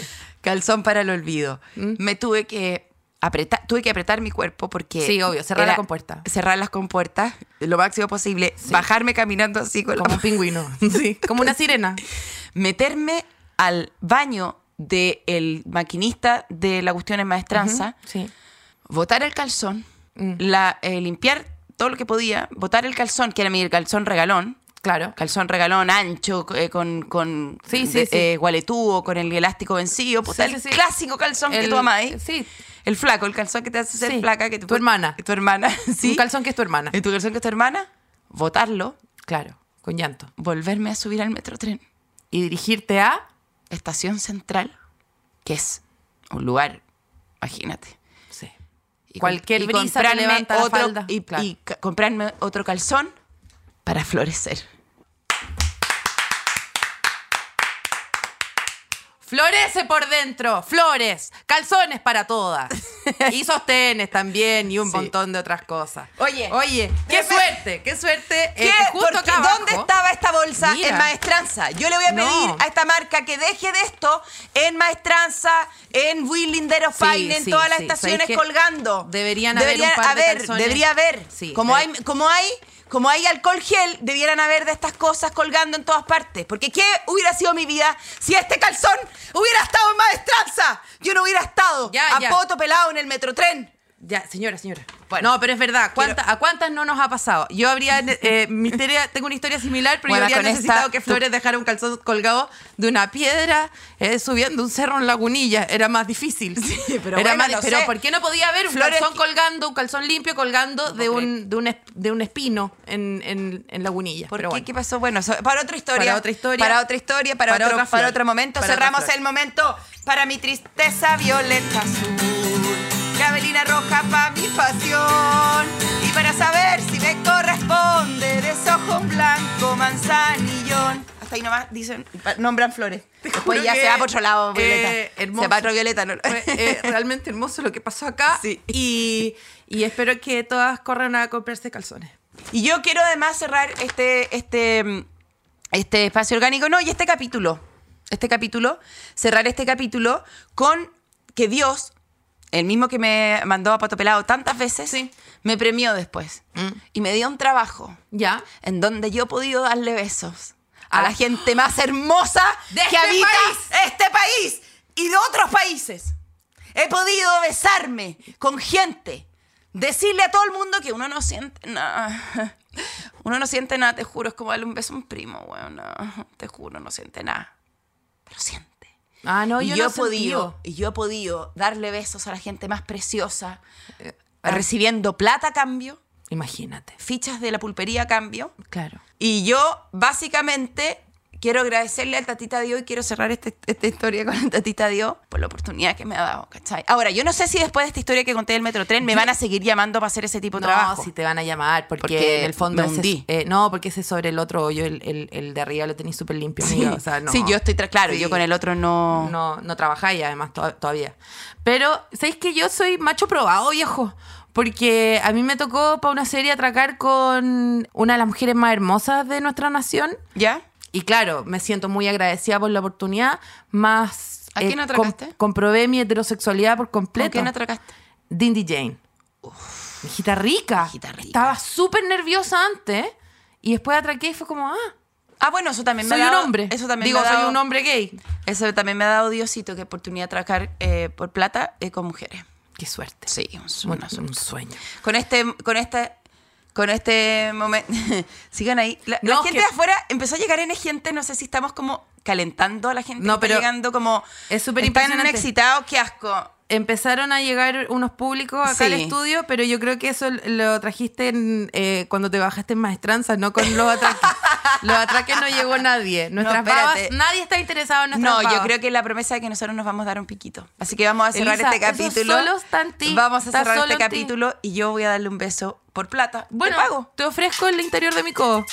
Speaker 2: Calzón para el olvido.
Speaker 4: ¿Mm?
Speaker 2: Me tuve que apretar, tuve que apretar mi cuerpo porque.
Speaker 4: Sí, obvio, cerrar
Speaker 2: era-
Speaker 4: la compuerta.
Speaker 2: Cerrar las compuertas lo máximo posible. Bajarme caminando así con la
Speaker 4: Como un pingüino. Sí. Como una sirena.
Speaker 2: meterme al baño del maquinista de la cuestión en maestranza,
Speaker 4: Sí.
Speaker 2: botar el calzón,
Speaker 4: Mm.
Speaker 2: la, eh, limpiar todo lo que podía, botar el calzón, que era mi calzón regalón,
Speaker 4: Claro.
Speaker 2: calzón regalón ancho, eh, con, con
Speaker 4: Sí, sí, sí.
Speaker 2: eh, gualetúo, con el elástico vencido, puta,
Speaker 4: Sí,
Speaker 2: el
Speaker 4: sí, sí.
Speaker 2: clásico calzón que
Speaker 4: El-
Speaker 2: tú amáis.
Speaker 4: Sí.
Speaker 2: El flaco, el calzón que te hace ser
Speaker 4: Sí.
Speaker 2: flaca. Que te
Speaker 4: Tu hermana.
Speaker 2: Tu hermana, sí.
Speaker 4: Un calzón que es tu hermana.
Speaker 2: Y tu calzón que es tu hermana, botarlo,
Speaker 4: Claro. Con llanto.
Speaker 2: volverme a subir al metrotren.
Speaker 4: Y dirigirte a.
Speaker 2: Estación Central, que es un lugar, imagínate.
Speaker 4: Sí.
Speaker 2: Y
Speaker 4: Cualquier
Speaker 2: comp- y
Speaker 4: brisa te
Speaker 2: comprarme
Speaker 4: levanta la
Speaker 2: otro,
Speaker 4: falda.
Speaker 2: Y,
Speaker 4: Claro.
Speaker 2: y ca- comprarme otro calzón para florecer.
Speaker 4: Florece por dentro, flores, calzones para todas. Y sostenes también y un
Speaker 2: Sí.
Speaker 4: montón de otras cosas.
Speaker 2: Oye.
Speaker 4: oye, qué
Speaker 2: Pero-
Speaker 4: suerte, qué suerte. eh,
Speaker 2: ¿Qué?
Speaker 4: que justo
Speaker 2: Porque
Speaker 4: acá abajo-
Speaker 2: ¿Dónde estaba esta bolsa
Speaker 4: Mira.
Speaker 2: en Maestranza? Yo le voy a
Speaker 4: No.
Speaker 2: pedir a esta marca que deje de esto en Maestranza, en Willindero
Speaker 4: Sí,
Speaker 2: Fine, en
Speaker 4: sí,
Speaker 2: todas las
Speaker 4: sí.
Speaker 2: estaciones
Speaker 4: ¿Sabéis qué?
Speaker 2: colgando.
Speaker 4: Deberían haber un par de
Speaker 2: haber,
Speaker 4: calzones.
Speaker 2: Debería haber.
Speaker 4: Sí,
Speaker 2: como,
Speaker 4: de-
Speaker 2: hay, como, hay, como hay alcohol gel, debieran haber de estas cosas colgando en todas partes. Porque ¿qué hubiera sido mi vida si este calzón hubiera estado en Maestranza? Yo no hubiera estado
Speaker 4: Ya,
Speaker 2: a
Speaker 4: ya.
Speaker 2: poto pelado en el metrotren.
Speaker 4: Ya, señora, señora. no, pero es verdad. ¿cuánta- ¿A cuántas no nos ha pasado? Yo habría. eh, mi historia- tengo una historia similar, pero
Speaker 2: Bueno,
Speaker 4: yo
Speaker 2: con
Speaker 4: habría
Speaker 2: esta
Speaker 4: necesitado que
Speaker 2: tú-
Speaker 4: Flores dejara un calzón colgado de una piedra eh, subiendo un cerro en Lagunilla. Era más difícil.
Speaker 2: pero
Speaker 4: Era
Speaker 2: bueno,
Speaker 4: más-
Speaker 2: no
Speaker 4: pero
Speaker 2: sé.
Speaker 4: ¿por qué no podía haber un
Speaker 2: Flores-
Speaker 4: calzón colgando, un calzón limpio colgando de, un, de, un, es- de un espino en, en, en Lagunilla?
Speaker 2: ¿Por
Speaker 4: Pero
Speaker 2: qué?
Speaker 4: bueno.
Speaker 2: ¿Qué pasó? Bueno, so- para otra historia.
Speaker 4: Para otra historia.
Speaker 2: Para otra historia, para,
Speaker 4: Para
Speaker 2: otro,
Speaker 4: otra flor.
Speaker 2: para otro momento.
Speaker 4: Para otra
Speaker 2: Cerramos
Speaker 4: flor.
Speaker 2: el momento para mi tristeza violeta azul. Cabelina roja para mi pasión. Y para saber si me corresponde desojo blanco manzanillón. Hasta ahí nomás dicen, pa- nombran flores. Después
Speaker 4: juro
Speaker 2: ya
Speaker 4: que,
Speaker 2: se va por otro lado, Violeta.
Speaker 4: eh, hermoso.
Speaker 2: se va otro Violeta. No,
Speaker 4: Fue eh, realmente hermoso lo que pasó acá.
Speaker 2: Sí.
Speaker 4: Y, y espero que todas corran a comprarse calzones.
Speaker 2: Y yo quiero además cerrar este, este, mm, este espacio orgánico, no, y este capítulo, este capítulo, cerrar este capítulo con que Dios, el mismo que me mandó a Pato Pelado tantas veces, me premió después y me dio un trabajo
Speaker 4: Ya.
Speaker 2: en donde yo he podido darle besos a
Speaker 4: Ah.
Speaker 2: la gente más hermosa
Speaker 4: De
Speaker 2: que
Speaker 4: este
Speaker 2: habita
Speaker 4: país.
Speaker 2: este país y de otros países. He podido besarme con gente, decirle a todo el mundo que uno no siente nada. Uno no siente nada, te juro, es como darle un beso a un primo, weón. no, te juro, no siente nada. Pero siente.
Speaker 4: Ah, no,
Speaker 2: y
Speaker 4: yo,
Speaker 2: yo,
Speaker 4: no
Speaker 2: he
Speaker 4: he
Speaker 2: podido,
Speaker 4: sentido.
Speaker 2: y yo he podido darle besos a la gente más preciosa, eh,
Speaker 4: ah.
Speaker 2: recibiendo plata a cambio,
Speaker 4: Imagínate.
Speaker 2: fichas de la pulpería a cambio.
Speaker 4: Claro.
Speaker 2: Y yo, básicamente, quiero agradecerle al Tatita Dios y quiero cerrar este- esta historia con el Tatita Dios por la oportunidad que me ha dado, ¿cachai? Ahora, yo no sé si después de esta historia que conté del Metrotren me van a seguir llamando para hacer ese tipo de trabajo.
Speaker 4: No, si te van a llamar, porque,
Speaker 2: Porque
Speaker 4: en el fondo
Speaker 2: me
Speaker 4: ese-
Speaker 2: hundí.
Speaker 4: eh, no, porque ese es sobre el otro hoyo, el, el- el de arriba lo tenéis súper limpio,
Speaker 2: Sí,
Speaker 4: amiga, o sea, no.
Speaker 2: sí, yo estoy, tra- claro,
Speaker 4: Sí.
Speaker 2: yo con el otro no...
Speaker 4: no, no trabajáis además to- todavía. Pero, ¿sabéis que yo soy macho probado, viejo? Porque a mí me tocó para una serie atracar con una de las mujeres más hermosas de nuestra nación.
Speaker 2: ¿Ya?
Speaker 4: Y claro, me siento muy agradecida por la oportunidad, más... eh,
Speaker 2: ¿A quién atracaste?
Speaker 4: comprobé mi heterosexualidad por
Speaker 2: ¿Por
Speaker 4: completo.
Speaker 2: qué no atracaste?
Speaker 4: Dindy Jane. Mi hijita rica.
Speaker 2: Hijita rica.
Speaker 4: Estaba súper nerviosa antes y después atraqué y fue como, ah,
Speaker 2: Ah, bueno, eso también
Speaker 4: soy
Speaker 2: me ha dado...
Speaker 4: un hombre.
Speaker 2: Eso también
Speaker 4: Digo,
Speaker 2: me ha dado-
Speaker 4: soy un hombre gay.
Speaker 2: Eso también me ha dado Diosito, que oportunidad de trabajar eh, por plata eh, con mujeres.
Speaker 4: Qué suerte.
Speaker 2: Sí, un su-
Speaker 4: Bueno,
Speaker 2: una
Speaker 4: es
Speaker 2: su-
Speaker 4: un sueño.
Speaker 2: Con este, con este, con este momento. Sigan ahí. La, la
Speaker 4: No,
Speaker 2: gente
Speaker 4: que-
Speaker 2: de afuera empezó a llegar en gente, no sé si estamos como calentando a la gente.
Speaker 4: No,
Speaker 2: que está
Speaker 4: pero
Speaker 2: llegando como.
Speaker 4: es súper
Speaker 2: Están
Speaker 4: impresionante.
Speaker 2: excitados, qué asco.
Speaker 4: Empezaron a llegar unos públicos acá al
Speaker 2: Sí.
Speaker 4: estudio, pero yo creo que eso lo trajiste en, eh, cuando te bajaste en maestranza, no con los atraques. los atraques no llegó nadie. Nuestras babas-
Speaker 2: espérate.
Speaker 4: nadie está interesado en nuestras
Speaker 2: No, yo
Speaker 4: babas.
Speaker 2: creo que la promesa de que nosotros nos vamos a dar un piquito. Así que vamos a cerrar
Speaker 4: Elisa,
Speaker 2: este
Speaker 4: eso
Speaker 2: capítulo.
Speaker 4: solo está en ti,
Speaker 2: Vamos a
Speaker 4: está
Speaker 2: cerrar
Speaker 4: solo
Speaker 2: este
Speaker 4: en ti.
Speaker 2: capítulo y yo voy a darle un beso por plata.
Speaker 4: Bueno,
Speaker 2: te pago.
Speaker 4: te ofrezco el interior de mi codo.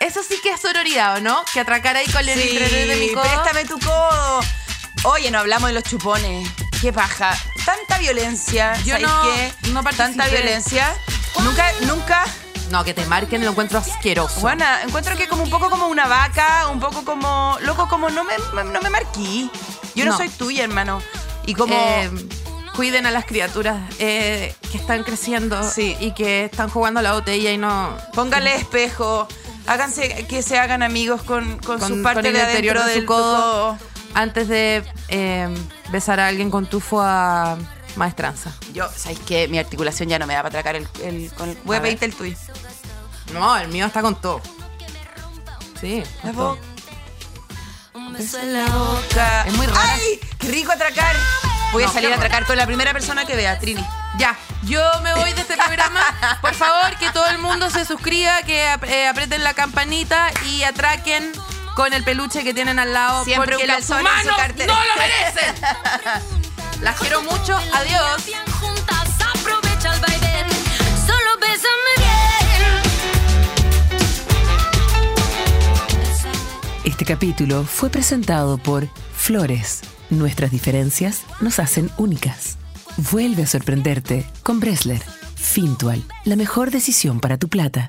Speaker 4: Eso sí que es sororidad, ¿o no? Que atracar ahí con el
Speaker 2: Sí,
Speaker 4: interior de mi codo.
Speaker 2: Préstame tu codo. Oye, no hablamos de los chupones. Qué paja. Tanta violencia.
Speaker 4: Yo
Speaker 2: ¿sabes
Speaker 4: no-
Speaker 2: qué?
Speaker 4: no participé.
Speaker 2: Tanta violencia. Nunca, nunca.
Speaker 4: No, que te marquen lo encuentro asqueroso.
Speaker 2: Juana, encuentro que como un poco como una vaca, un poco como. Loco, como no me, no me marquí. Yo no,
Speaker 4: No.
Speaker 2: soy tuya, hermano. Y como.
Speaker 4: Eh, cuiden a las criaturas eh, que están creciendo
Speaker 2: Sí.
Speaker 4: y que están jugando a la botella y no.
Speaker 2: póngale
Speaker 4: eh.
Speaker 2: espejo. Háganse que se hagan amigos con, con, su parte
Speaker 4: con el
Speaker 2: de
Speaker 4: interior
Speaker 2: adentro
Speaker 4: de su
Speaker 2: del
Speaker 4: codo,
Speaker 2: tu
Speaker 4: Antes de eh, besar a alguien con tufo a maestranza.
Speaker 2: Yo, ¿sabes qué? Mi articulación ya no me da para atracar el, el- con el. Voy a
Speaker 4: A ver.
Speaker 2: pedirte el tuyo.
Speaker 4: No, el mío está con todo. Sí, con
Speaker 2: La
Speaker 4: todo.
Speaker 2: boca.
Speaker 3: Un beso en la boca.
Speaker 2: sea,
Speaker 4: Es muy rara.
Speaker 2: ¡Ay! ¡Qué rico atracar! Voy a
Speaker 4: No,
Speaker 2: salir
Speaker 4: qué
Speaker 2: a atracar con la primera persona que vea, Trini.
Speaker 4: Ya, yo me voy de este programa. Por favor, que todo el mundo se suscriba, que ap- eh, aprieten la campanita y atraquen con el peluche que tienen al lado.
Speaker 2: Siempre
Speaker 4: porque
Speaker 2: un calzón
Speaker 4: los
Speaker 2: en su
Speaker 4: humanos
Speaker 2: cartera.
Speaker 4: no lo merecen. Las quiero mucho. Adiós.
Speaker 3: Bien juntas, aprovecha el baile. Solo bésame bien.
Speaker 1: Este capítulo fue presentado por Flores. Nuestras diferencias nos hacen únicas. Vuelve a sorprenderte con Bresler. Fintual, la mejor decisión para tu plata.